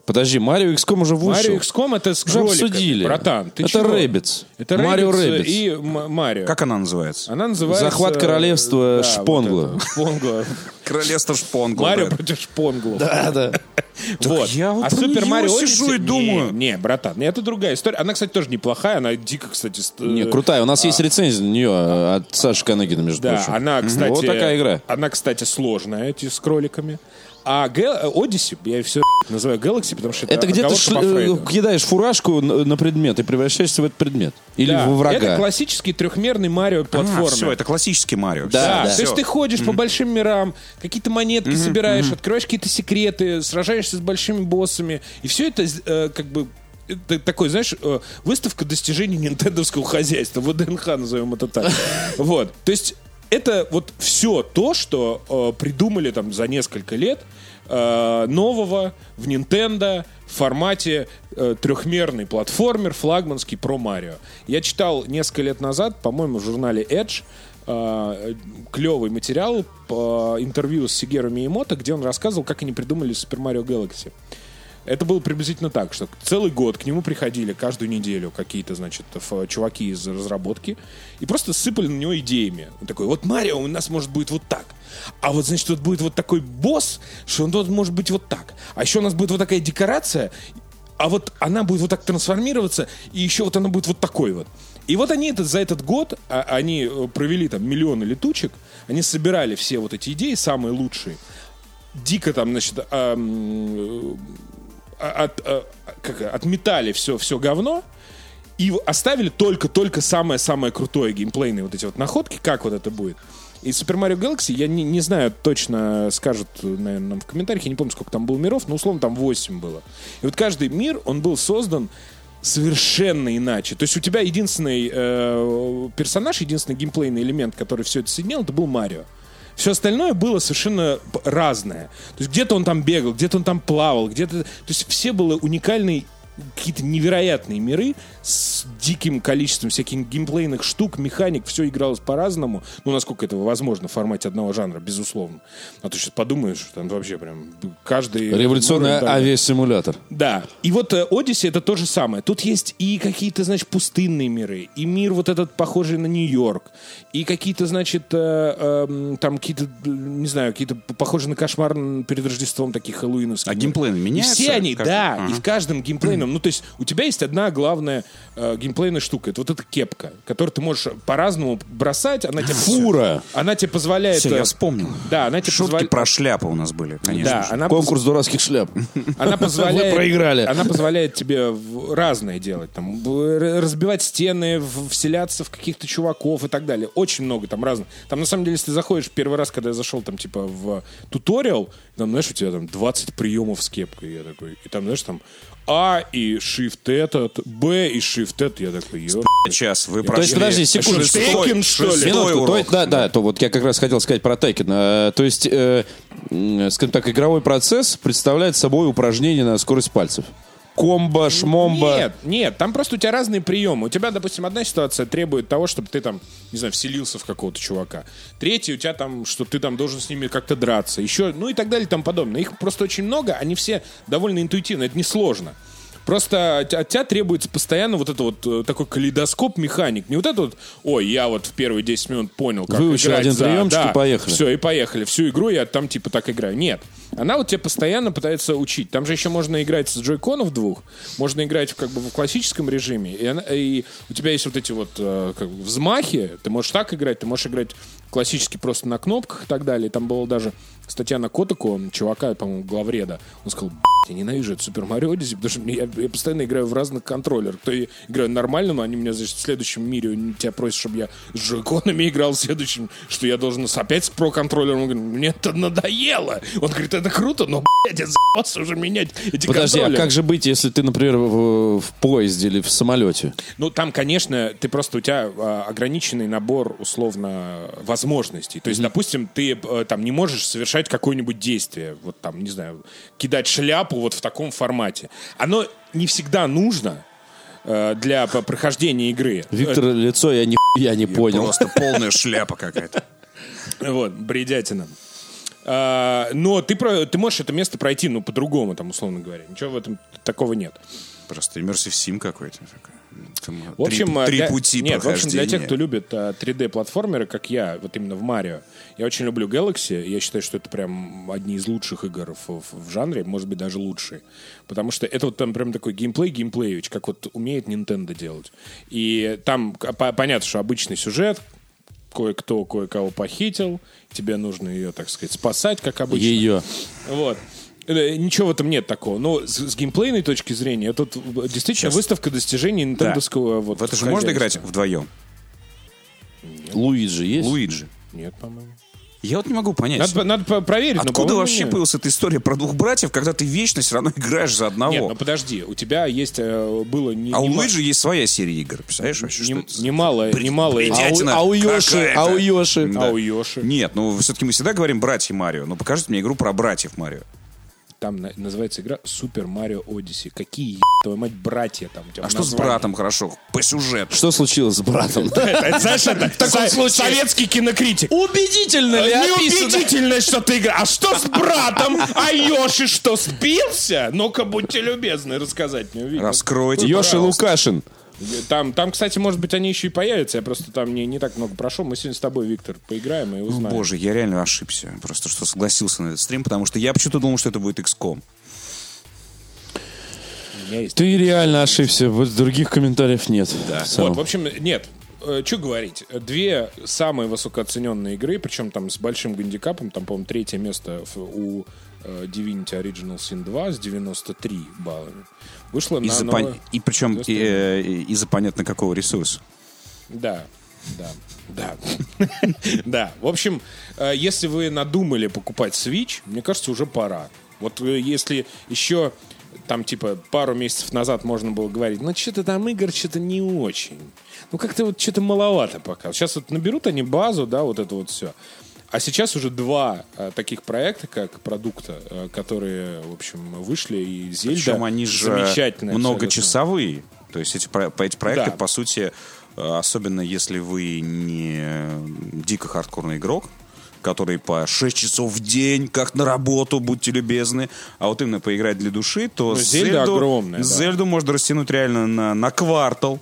Подожди, Марио XCOM уже вышел. Марио XCOM это с Уже кроликами, обсудили. братан. Ты Это чего? Rabbids. Это Марио Rabbids Rabbids. и М- Марио. Как она называется? Она называется... Захват королевства э, Шпонгла. вот это, Шпонгла. Королевство шпонгл. Марио да. против Шпонгла. Да, да. Вот. я вот а про Супер неё Марио сижу Odyssey- и думаю. Не, не, братан, это другая история. Она, кстати, тоже неплохая. Она дико, кстати... э, ст- Не, крутая. У нас есть рецензия на нее от Саши Каныгина, между Да, прочим. она, кстати... Вот такая игра. Она, кстати, сложная, эти с кроликами. А Гэ- Odyssey, я все называю Galaxy, потому что это Это где ты оговорка по Фрейду. ш- э, кидаешь фуражку на на предмет и превращаешься в этот предмет. Или Да, во врага. Это классический трехмерный Марио платформер. все, А, это классический Марио. Да, Да, да. то есть ты ходишь по большим мирам, какие-то монетки собираешь, открываешь какие-то секреты, сражаешься с большими боссами, и все это э, как бы это такой, знаешь, э, выставка достижений нинтендовского хозяйства, ВДНХ назовем это так. Вот, то есть это вот все то, что э, придумали там за несколько лет э, нового в Nintendo в формате э, трехмерный платформер флагманский про Марио. Я читал несколько лет назад, по-моему, в журнале Edge э, клевый материал по интервью с Сигеру Миемото, где он рассказывал, как они придумали Super Mario Galaxy. Это было приблизительно так, что целый год к нему приходили каждую неделю какие-то, значит, ф- чуваки из разработки и просто сыпали на него идеями. Он такой, вот Марио у нас может будет вот так. А вот, значит, вот будет вот такой босс, что он тут может быть вот так. А еще у нас будет вот такая декорация, а вот она будет вот так трансформироваться, и еще вот она будет вот такой вот. И вот они этот, за этот год, а, они э, провели там миллионы летучек, они собирали все вот эти идеи, самые лучшие. Дико там, значит, ам, э, от, э, как, отметали все, все говно, и в- оставили только-только самое-самое крутое геймплейные вот эти вот находки, как вот это будет. И Super Mario Galaxy, я не, не знаю точно, скажут, наверное, нам в комментариях, я не помню, сколько там было миров, но условно там 8 было. И вот каждый мир, он был создан совершенно иначе. То есть у тебя единственный э, персонаж, единственный геймплейный элемент, который все это соединял, это был Марио. Все остальное было совершенно п- разное. То есть где-то он там бегал, где-то он там плавал, где-то... То есть все было уникальные какие-то невероятные миры с диким количеством всяких геймплейных штук, механик, все игралось по-разному. Ну, насколько это возможно в формате одного жанра, безусловно. А то сейчас подумаешь, там вообще прям каждый... Революционный город, да, авиасимулятор. да. И вот э, Odyssey это то же самое. Тут есть и какие-то, значит, пустынные миры, и мир вот этот похожий на Нью-Йорк, и какие-то, значит, э, эм, там какие-то, э, не знаю, какие-то п- похожие на кошмар м, перед Рождеством таких хэллоуиновских. А геймплей И меняется? все они, Как- да, Ага. и в каждом геймплейном, ну то есть у тебя есть одна главная э, геймплейная штука, это вот эта кепка, которую ты можешь по-разному бросать, она тебе Фура. она тебе позволяет, Всё, я э, вспомнил. да, она тебе Шутки позволяет, про шляпы у нас были, конечно да, же. она Конкурс дурацких шляп. Она позволяет, Вы проиграли. Она позволяет тебе в- разное делать. Там, б- р- разбивать стены, в- вселяться в каких-то чуваков и так далее. Очень много там разных. Там, на самом деле, если ты заходишь первый раз, когда я зашел там, типа, в туториал, там, знаешь, у тебя там 20 приемов с кепкой. Я такой, и там, знаешь, там А и Shift этот, Б и Shift этот. Я такой, ё... Час вы То прошли. есть, подожди, секунду. что, Tekken, что ли? шестой Минутку, то урок. есть- да, да, то вот я как раз хотел сказать про Tekken. Э, То есть, э, м, скажем так, игровой процесс представляет собой упражнение на скорость пальцев. Комбо, шмомбо. Нет, нет, там просто у тебя разные приемы. У тебя, допустим, одна ситуация требует того, чтобы ты там, не знаю, вселился в какого-то чувака. Третья у тебя там, что ты там должен с ними как-то драться. Еще, ну и так далее и тому подобное. Их просто очень много, они все довольно интуитивны, это несложно. Просто от от тебя требуется постоянно вот это вот э, такой калейдоскоп механик. Не вот это вот, ой, я вот в первые 10 минут понял, как Выучил играть один за- приемчик и да, поехали. Все, и поехали. Всю игру я там типа так играю. Нет. Она вот тебе постоянно пытается учить. Там же еще можно играть с джойконов двух, можно играть в, как бы в классическом режиме. И, она- и у тебя есть вот эти вот э, как бы взмахи. Ты можешь так играть, ты можешь играть классически просто на кнопках и так далее. Там было даже статья на Котаку, чувака, по-моему, главреда. Он сказал, «Б***ь, я ненавижу это Супер Марио Odyssey, потому что мне- я, я постоянно играю в разных контроллерах. То я играю нормально, но они меня, значит, в следующем мире они тебя просят, чтобы я с джойконами играл в следующем, что я должен с- опять с про-контроллером. Он говорит, мне это надоело. Он говорит, это круто, но, блядь, я за***ался уже менять эти Подожди, а контроллеры». как же быть, если ты, например, в, в поезде или в самолете? Ну, там, конечно, ты просто у тебя а, ограниченный набор условно возможностей. То есть, допустим, ты э, там не можешь совершать какое-нибудь действие, вот там, не знаю, кидать шляпу вот в таком формате. Оно не всегда нужно э, для п- прохождения игры. Виктор, лицо я не, я не понял. Просто полная шляпа какая-то. Вот, бредятина. А, но ты, про- ты можешь это место пройти, ну, по-другому, там, условно говоря. Ничего в этом такого нет. Просто immersive sim какой-то. такой. Там В общем, три, э, три для- пути нет, в общем, для тех, прохождения. кто любит 3D-платформеры, э, как я, вот именно в Марио, я очень люблю Galaxy. Я считаю, что это прям одни из лучших игр в, в- в жанре, может быть, даже лучшие. Потому что это вот там прям такой геймплей геймплеевич, как вот умеет Nintendo делать. И там к- по- понятно, что обычный сюжет, кое-кто кое-кого похитил, тебе нужно ее, так сказать, спасать, как обычно. Ее. Вот. Э, Ничего в этом нет такого. Но с, с геймплейной точки зрения, это вот, э, действительно выставка достижений нинтендовского э, вот, В это же можно играть хозяйства. вдвоем? Луиджи есть? Луиджи. Нет, по-моему. Я вот не могу понять. Надо, по- надо по- проверить. но, Откуда по-моему, вообще нет. появилась эта история про двух братьев, когда ты вечно все равно играешь за одного? Нет, ну подожди, у тебя есть э, было не, а у нема- Луиджи есть своя серия игр, представляешь вообще, что нем- это за- немало, немало. А у, Бредятина а у Йоши, какая-то. а у Йоши. А у Йоши. Нет, ну все-таки мы всегда говорим братья Марио, но покажите мне игру про братьев Марио. Там на- называется игра Супер Марио Odyssey. Какие, еб твою мать, братья там? у тебя А в что с названии? братом хорошо? По сюжету. Что случилось с братом? Это, знаешь, это со- советский кинокритик. Убедительно ли описано? Неубедительно, что ты играешь. А что с братом? А Йоши что, сбился? Ну-ка, будьте любезны, рассказать мне, Виктор. Э, Раскройте. Йоши пожалуйста. Лукашин. Там, там, кстати, может быть, они еще и появятся. Я просто там не, не так много прошел. Мы сегодня с тобой, Виктор, поиграем и узнаем. Боже, я реально ошибся. Просто что согласился на этот стрим, потому что я почему-то думал, что это будет XCOM. У меня есть. Ты реально ошибся, вот других комментариев нет. Да. Вот, в общем, нет. Что говорить? Две самые высокооцененные игры, причем там с большим гандикапом, там, по-моему, третье место в- у э, Divinity Original Sin 2 с 93 баллами. Вышло на Из-за новое- пон- И причем Просто- э, из-за понятно какого ресурса. Да, да, да. Да. В общем, э, если вы надумали покупать Switch, мне кажется, уже пора. Вот э, если еще там, типа, пару месяцев назад можно было говорить, ну, что-то там игр что-то не очень. Ну, как-то вот что-то маловато пока. Сейчас вот наберут они базу, да, вот это вот все. А сейчас уже два э, таких проекта, как продукта, э, которые, в общем, вышли, и Зельда Причем они же замечательная абсолютно. многочасовые. То есть эти, про- эти проекты, Да. по сути, э, особенно если вы не дико хардкорный игрок, который по 6 часов в день, как на работу, будьте любезны, а вот именно поиграть для души, то Ну, Зельда Зельду, огромная, да. Зельду можно растянуть реально на, на квартал.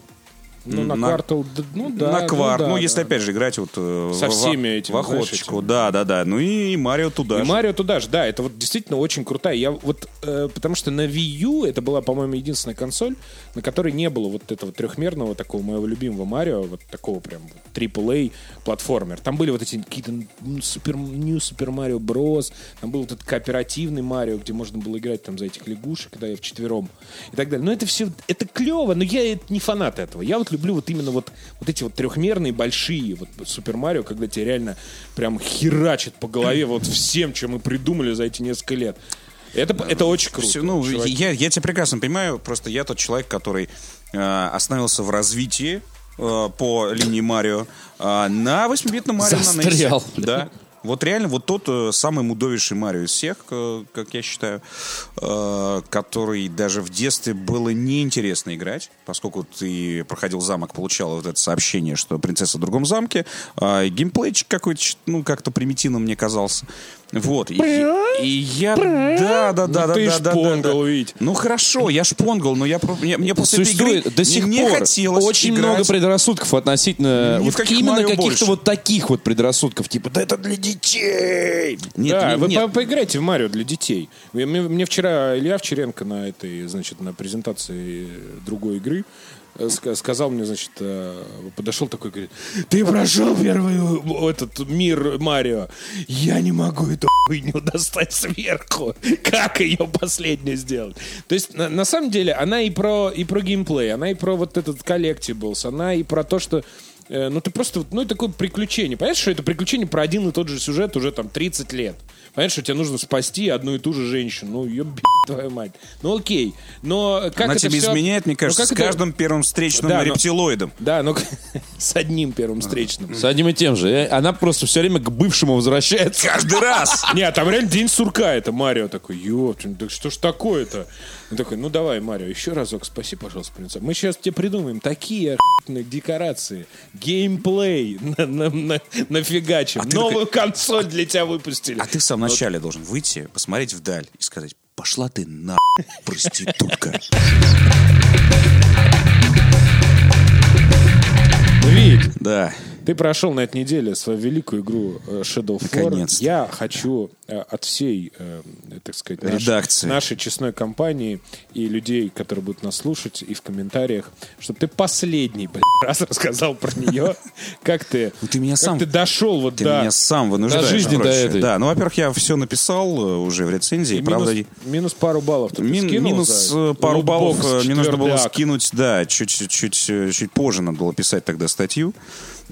Ну, на, на- квартал, д- ну да. на кварт. да, Ну, да. если опять же играть вот э, Со в- в- всеми этими, в знаешь, охоточку. этими. Да, да, да. Ну и, Марио туда И же. Марио туда же, да, это вот действительно очень крутая. Я вот, э, потому что на Wii U это была, по-моему, единственная консоль, на которой не было вот этого трехмерного такого моего любимого Марио, вот такого прям вот AAA платформер. Там были вот эти какие-то ну, супер, New Super Mario Bros, там был вот этот кооперативный Марио, где можно было играть там за этих лягушек, да, и вчетвером и так далее. Но это все, это клево, но я э, не фанат этого. Я вот люблю вот именно вот, вот эти вот трехмерные большие вот Супер Марио, когда тебе реально прям херачит по голове вот всем, чем мы придумали за эти несколько лет. Это, это очень круто. Всё, ну, чувак. я, я тебя прекрасно понимаю, просто я тот человек, который э, остановился в развитии э, по линии Марио э, на 8-битном Марио на NES. Застрял. Да. Вот реально вот тот э, самый мудовейший Марио из всех, э, как я считаю, э, который даже в детстве было неинтересно играть, поскольку ты проходил замок, получал вот это сообщение, что принцесса в другом замке, а, и геймплейчик какой-то, ну, как-то примитивным мне казался. Вот. И, и я... Да, да, да, да, Ну, ты да, да, да, да. шпонгал, Вить. Ну хорошо, я шпонгал, но я про- мне, мне после этой игры Существует до сих не, не пор хотелось очень играть. много предрассудков относительно Ни в вот каких именно Марио каких-то больше. вот таких вот предрассудков, типа да это для детей. Нет, да, не- вы нет. по- поиграйте в Марио для детей. Мне, мне- мне вчера Илья Вчеренко на этой, значит, на презентации другой игры э, ска- сказал мне, значит, э, подошел такой, говорит, ты прошел первый э, этот мир Марио. Я не могу эту хуйню достать сверху. Как ее последнее сделать? То есть, на, на самом деле, она и про, и про геймплей, она и про вот этот коллектиблс, она и про то, что Э, Ну, ты просто, вот, ну, это такое приключение. Понятно, что это приключение про один и тот же сюжет уже там 30 лет. Понятно, что тебе нужно спасти одну и ту же женщину. Ну, ее твою мать. Ну, окей. Но как Она это тебе всё- изменяет, мне Ну, кажется, как с это- каждым первым встречным Да, но- рептилоидом. Да, ну, с одним первым встречным. С одним и тем же. Э, Она просто все время к бывшему возвращается. Каждый раз! Не, а там реально день сурка это. Марио такой, ё, ты, да что ж такое-то? Он такой, ну давай, Марио, еще разок спаси, пожалуйста, принцесса. Мы сейчас тебе придумаем такие охуенные декорации, геймплей, на, на- на- нафигачим. А ты Новую консоль для тебя выпустили. А ты в самом начале должен выйти, посмотреть вдаль и сказать, пошла ты на проститутка. Вить, Да. ты прошел на этой неделе свою великую игру э, Shadow of War. Наконец-то. Я хочу э, от всей, э, так сказать, нашей- Редакции. нашей честной компании и людей, которые будут нас слушать, и в комментариях, чтобы ты последний блядь, раз рассказал про нее, как ты, Ну, ты меня как сам- ты дошел вот Ты до меня сам вынуждаешь. жизни до короче. этой. Да, ну, во-первых, я все написал э, уже в рецензии. И правда, минус, минус пару баллов. ты Мин- скинул минус за э, пару лутбокс баллов э, мне нужно было четвертяк? скинуть, да, чуть-чуть э, чуть позже надо было писать тогда статью.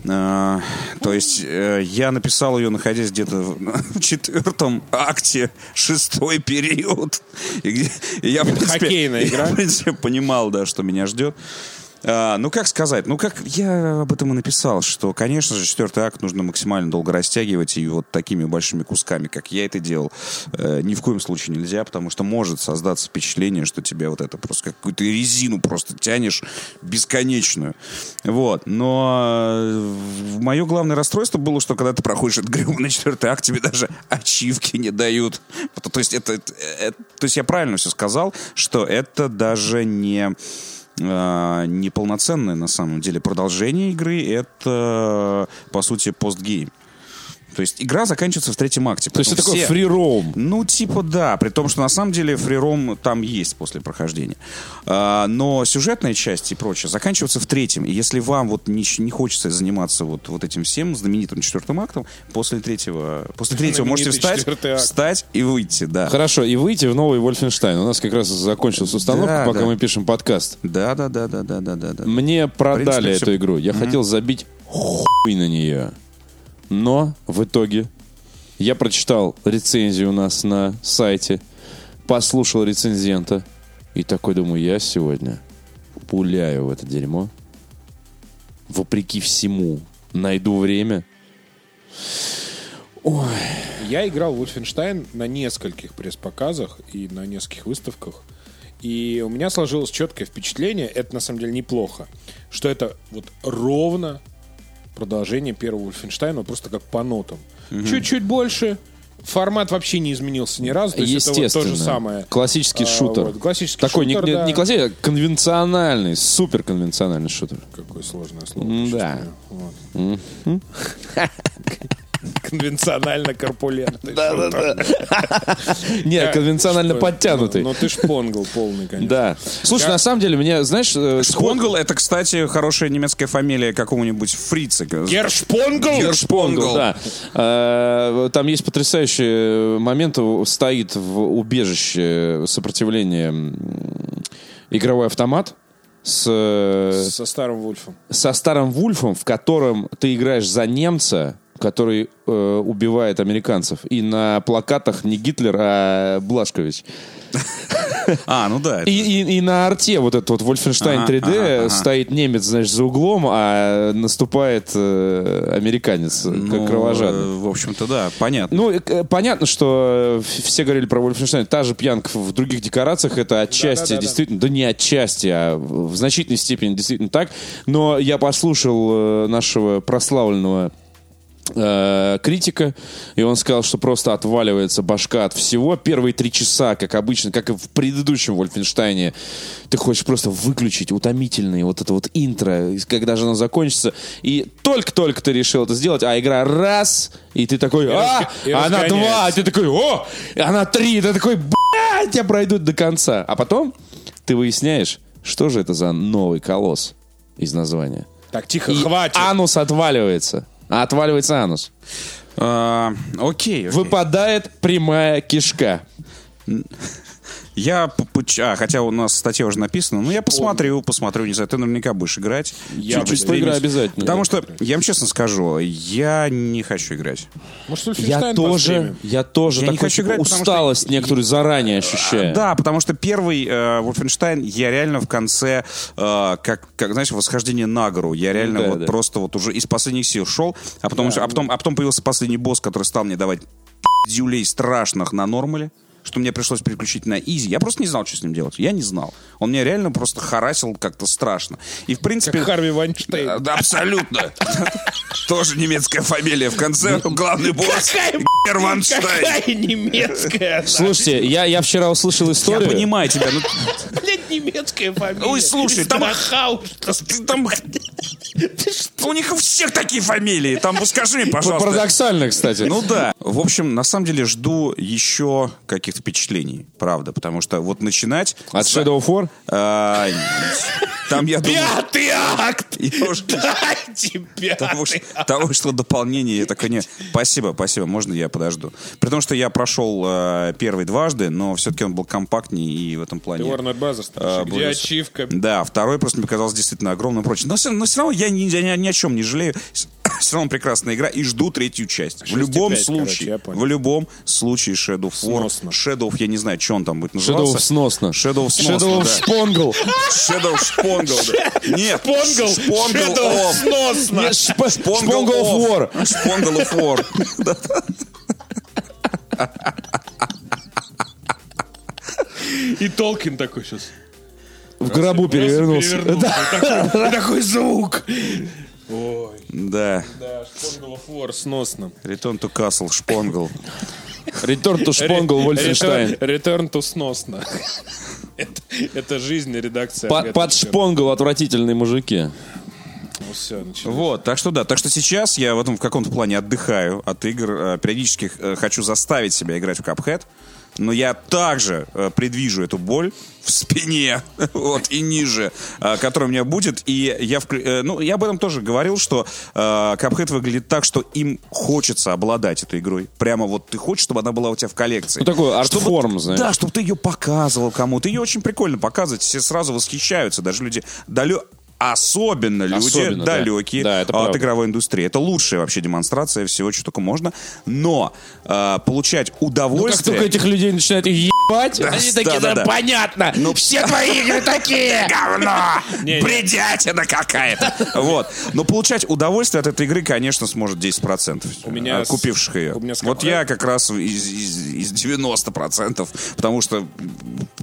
А, То есть э, я написал ее, находясь где-то в в четвертом акте, шестой период. И где- и я, в принципе, хоккейная игра. я, в принципе, понимал, да, что меня ждет. А, ну, как сказать? Ну, как я об этом и написал, что, конечно же, четвертый акт нужно максимально долго растягивать, и вот такими большими кусками, как я это делал, э, ни в коем случае нельзя, потому что может создаться впечатление, что тебе вот это просто какую-то резину просто тянешь бесконечную. Вот. Но мое главное расстройство было, что когда ты проходишь этот грёбаный четвертый акт, тебе даже ачивки не дают. То, то есть это, это- это- то есть я правильно все сказал, что это даже не э, неполноценное на самом деле продолжение игры это по сути постгейм. То есть игра заканчивается в третьем акте. То есть это поэтому такой все- фрироум. ну, типа, да, при том, что на самом деле фриром там есть после прохождения. А, но сюжетная часть и прочее заканчивается в третьем. И если вам вот не, щ- не хочется заниматься вот, вот этим всем знаменитым четвертым актом, после третьего, после третьего можете Знаменитый встать, четвертый акт. встать и выйти, да. Хорошо, и выйти в новый Вольфенштайн. У нас как раз закончилась установка, Да, пока да. мы пишем подкаст. Да, да, да, да, да, да, да, да. Мне продали принципе, эту всё. игру. Я хотел забить хуй на нее. Но в итоге я прочитал рецензию у нас на сайте, послушал рецензента, И такой думаю, я сегодня пуляю в это дерьмо. Вопреки всему. Найду время. Я играл в Wolfenstein на нескольких пресс-показах и на нескольких выставках. И у меня сложилось четкое впечатление, это на самом деле неплохо, что это вот ровно продолжение первого Wolfenstein, вот просто как по нотам. Чуть-чуть больше, формат вообще не изменился ни разу, то есть это Естественно. вот то же самое. Классический А, шутер. вот, классический Такой не- шутер, не, да. не классический, а конвенциональный, суперконвенциональный шутер. Какое сложное слово. М-да. честно. Вот. Конвенционально корпулентный. Не, Да, конвенционально Э, что- подтянутый. Ну, ну ты шпонгл полный, конечно. Да. Слушай, Я- на самом деле, меня, знаешь, э, сход- Шпонгл — это, кстати, хорошая немецкая фамилия какого-нибудь фрица. Гершпонгл? Гершпонгл. Да. Э, Там есть потрясающий момент. у- Стоит в убежище сопротивления м, игровой автомат с, э, Со старым Вульфом. со старым Вульфом, в котором ты играешь за немца, который э, убивает американцев. И на плакатах не Гитлер, а Блашкович. А, ну да. это- И, и- и на арте вот этот вот Wolfenstein Ага, 3D ага, ага. стоит немец, значит, за углом, а наступает э, американец, ну, как кровожадный. э, В общем-то, да, понятно. Ну, э, к- понятно, что э, ф- все говорили про Wolfenstein. Та же пьянка в других декорациях, это отчасти Да-да-да-да. действительно, да. не отчасти, а в в значительной степени действительно так. Но я послушал э, нашего прославленного э, критика, и он сказал, что просто отваливается башка от всего. Первые три часа, как обычно, как и в предыдущем Вольфенштайне, ты хочешь просто выключить утомительные вот это вот интро, и когда же оно закончится. И только-только ты решил это сделать, а игра раз, и ты такой, а, разг- и она разгоняется. два, а ты такой, о, и она три, и ты такой, блядь, я пройдут до конца. А потом ты выясняешь, что же это за новый колосс из названия. Так, тихо, И а хватит. анус отваливается. А отваливается анус. А, Окей. окей. Выпадает прямая кишка. Я... п- поч- А, хотя у нас статья уже написана, но я посмотрю, посмотрю, не знаю, ты наверняка будешь играть. Я Чуть-чуть буду поиграю. играть. обязательно. Потому что, я вам честно скажу, я не хочу играть. Может, Я Вольфенштайн тоже, я тоже Я не такой хочу типа, играть, потому что- усталость некоторую заранее ощущаю. Да, потому что первый э, Wolfenstein я реально в конце, э, как, как, знаешь, восхождение на гору. Я реально Да, вот да. просто вот уже из последних сил шел, а потом, уже- а потом, а потом появился последний босс, который стал мне давать дюлей страшных на нормале, что мне пришлось переключить на изи. Я просто не знал, что с ним делать. Я не знал. Он меня реально просто харасил как-то страшно. И, в принципе... э, Как Харви Вайнштейн. Да, да, абсолютно. Тоже немецкая фамилия. В конце главный босс Герванштайн. Какая немецкая? Слушайте, я, я вчера услышал Я историю. понимаю тебя, ну Блядь, немецкая фамилия. Ой, слушай, там- Страхауш. Ты там... У них у всех такие фамилии. Там, ну, скажи мне, пожалуйста. Парадоксально, кстати. Ну да. В общем, на самом деле жду еще каких-то впечатлений, правда, потому что вот начинать... От Shadow of War? А, Там, я думаю... Пятый акт! я уже- Дайте Там, уж- пятый акт. там вышло дополнение, я такой, не, спасибо, спасибо, можно я подожду. При том, что я прошел э, первый дважды, но все-таки он был компактнее и в этом плане... Warner Brothers, А, старший, где Brothers. ачивка? Да, второй просто мне казался действительно огромным и прочим. Но все, но всё равно я ни, я ни- ни о чем не жалею. С- Все равно прекрасная игра и жду третью часть. и В любом пять, короче, случае, я понял. в любом случае Shadow of War, Сносно. Shadow, of- я не знаю, что он там будет называться. Shadow of сносно. Shadow of сносно, Shadow of Ну, да. шпонгл. Shadow of Шпонгл. да. Нет, Понгл, Шпонгл Shadow of. сносно. Нет, шп- Шпонгл of War. Шпонгл of War. И Толкин такой сейчас. В гробу перевернулся. Такой- и Такой звук. Ой, Да. да, Шпонгл of War сносно. Return to Castle, Шпонгл. Return to шпонгл Вольфенштайн. Return to сносно. Это- Это жизнь и редакция. Под, под шпонгл отвратительные мужики. Ну, Все, Вот, так что да, так что сейчас я в этом в каком-то плане отдыхаю от игр, э, периодически э, хочу заставить себя играть в Cuphead, но я также э, предвижу эту боль в спине, вот, и ниже, э, которая у меня будет, и я, вклю- э, ну, я об этом тоже говорил, что э, Cuphead выглядит так, что им хочется обладать этой игрой, прямо вот ты хочешь, чтобы она была у тебя в коллекции. Ну, такой Чтобы- арт-форм, знаешь. Да, чтобы ты ее показывал кому-то, ее очень прикольно показывать, все сразу восхищаются, даже люди далё... Особенно люди Особенно, да. далекие Да, это от правда. игровой индустрии. Это лучшая вообще Ну, демонстрация всего, что только можно. Но э, получать удовольствие... Как только этих людей начинает ебать ебать. Они такие, да, да, да. Ну, понятно. Все твои игры такие. Говно! Не-не. Бредятина какая-то! Вот. Но получать удовольствие от этой игры, конечно, сможет 10% У меня а, купивших с- ее. у меня с Вот командой- я как раз из, из, из 90%, потому что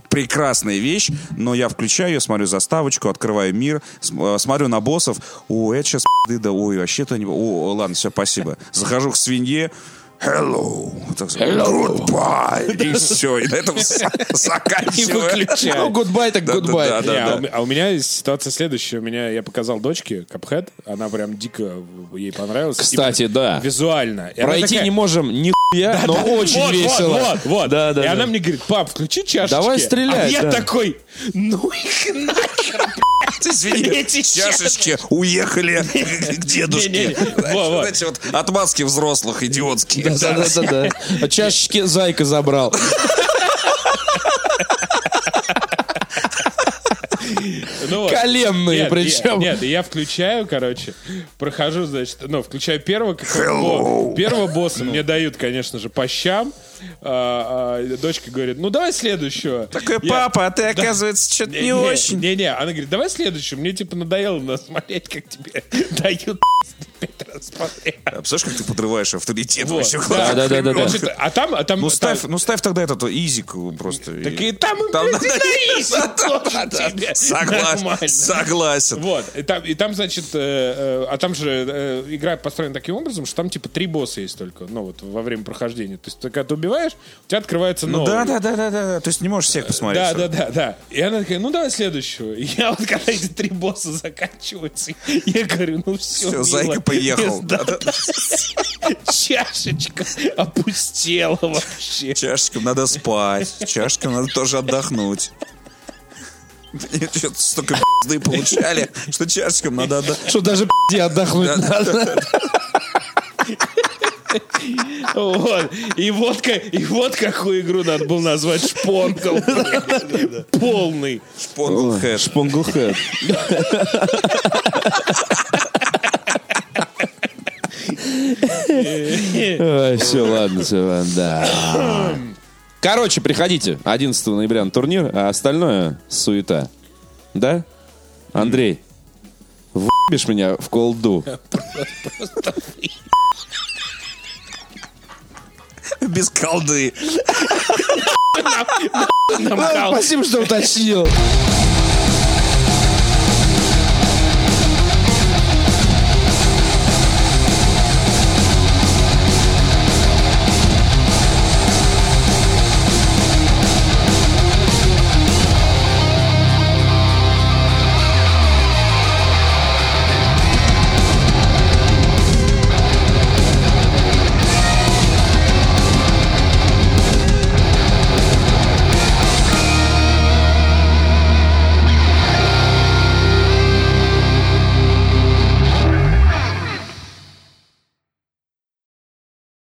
прекрасная вещь, но я включаю ее, смотрю заставочку, открываю мир, см- э, смотрю на боссов, о, это сейчас пизды, да, ой, вообще-то не... О, о, ладно, все, спасибо. Захожу к свинье, Hello. Так сказать, Goodbye. И все. И на этом за- заканчиваю. выключаю. Ну, гудбай так Да, да, гудбай. да, да. Не, а у ме- А у меня ситуация следующая. У меня я показал дочке Капхед, она прям дико ей понравилась. И Кстати, да. Визуально. И она Пройти такая, не можем нихуя, но очень вот, весело. Вот, вот, вот. Да, да, и да. она мне говорит, пап, включи чашечки. Давай стрелять, А я да. такой, ну их нахер, Извини, Эти чашечки уехали к Не-не-не. дедушке. Во, во. Вот эти вот отмазки взрослых идиотские. Да, да, да, да. Чашечки зайка забрал. Ну вот. Коленные Нет, причем. я- Нет, я включаю, короче, прохожу, значит, ну, включаю первого, как- Hello. бо- первого босса мне дают, конечно же, по щам. А, а, Дочка говорит, ну давай следующего. Такой, Я- папа, а ты, оказывается, что-то не очень. Не-не, она говорит, давай следующую. Мне типа надоело на- смотреть, как тебе дают пять раз подряд. А Представляешь, как ты подрываешь авторитет Вот, вообще. да. Да-да-да-да. Значит, а там, а там, Ну там- ставь, ну ставь тогда этот изик э, просто. так и там, им, Там блядь, надо- и на изи тоже Да, тебе Согласен. нормально. Согласен. Вот, и там, и там значит, э, э, а там же э, игра построена таким образом, что там типа три босса есть только, ну вот во время прохождения. То есть, ты, когда ты убиваешь, у тебя открывается Ну новый. да, да, да, да, да. То есть не можешь всех посмотреть. Да, сразу. да, да, да. И она такая, ну давай следующую. И я вот когда эти три босса заканчиваются, я говорю, ну все, Всё, зайка поехал. Чашечка опустела вообще. Чашечкам надо спать, чашечкам надо тоже отдохнуть. Они что-то столько пизды получали, что чашечкам надо отдохнуть. Что даже пи***, отдохнуть надо. Вот. И вот, ка- и вот какую игру надо было назвать шпонгл. Полный. Понглхэш. Шпонглхэт. Ой, все, ладно, все, ладно, да. Короче, приходите 11 ноября на турнир, а остальное суета. Да? Андрей, Выбишь меня в колду. Без колды. Нам дал. Спасибо, что уточнил.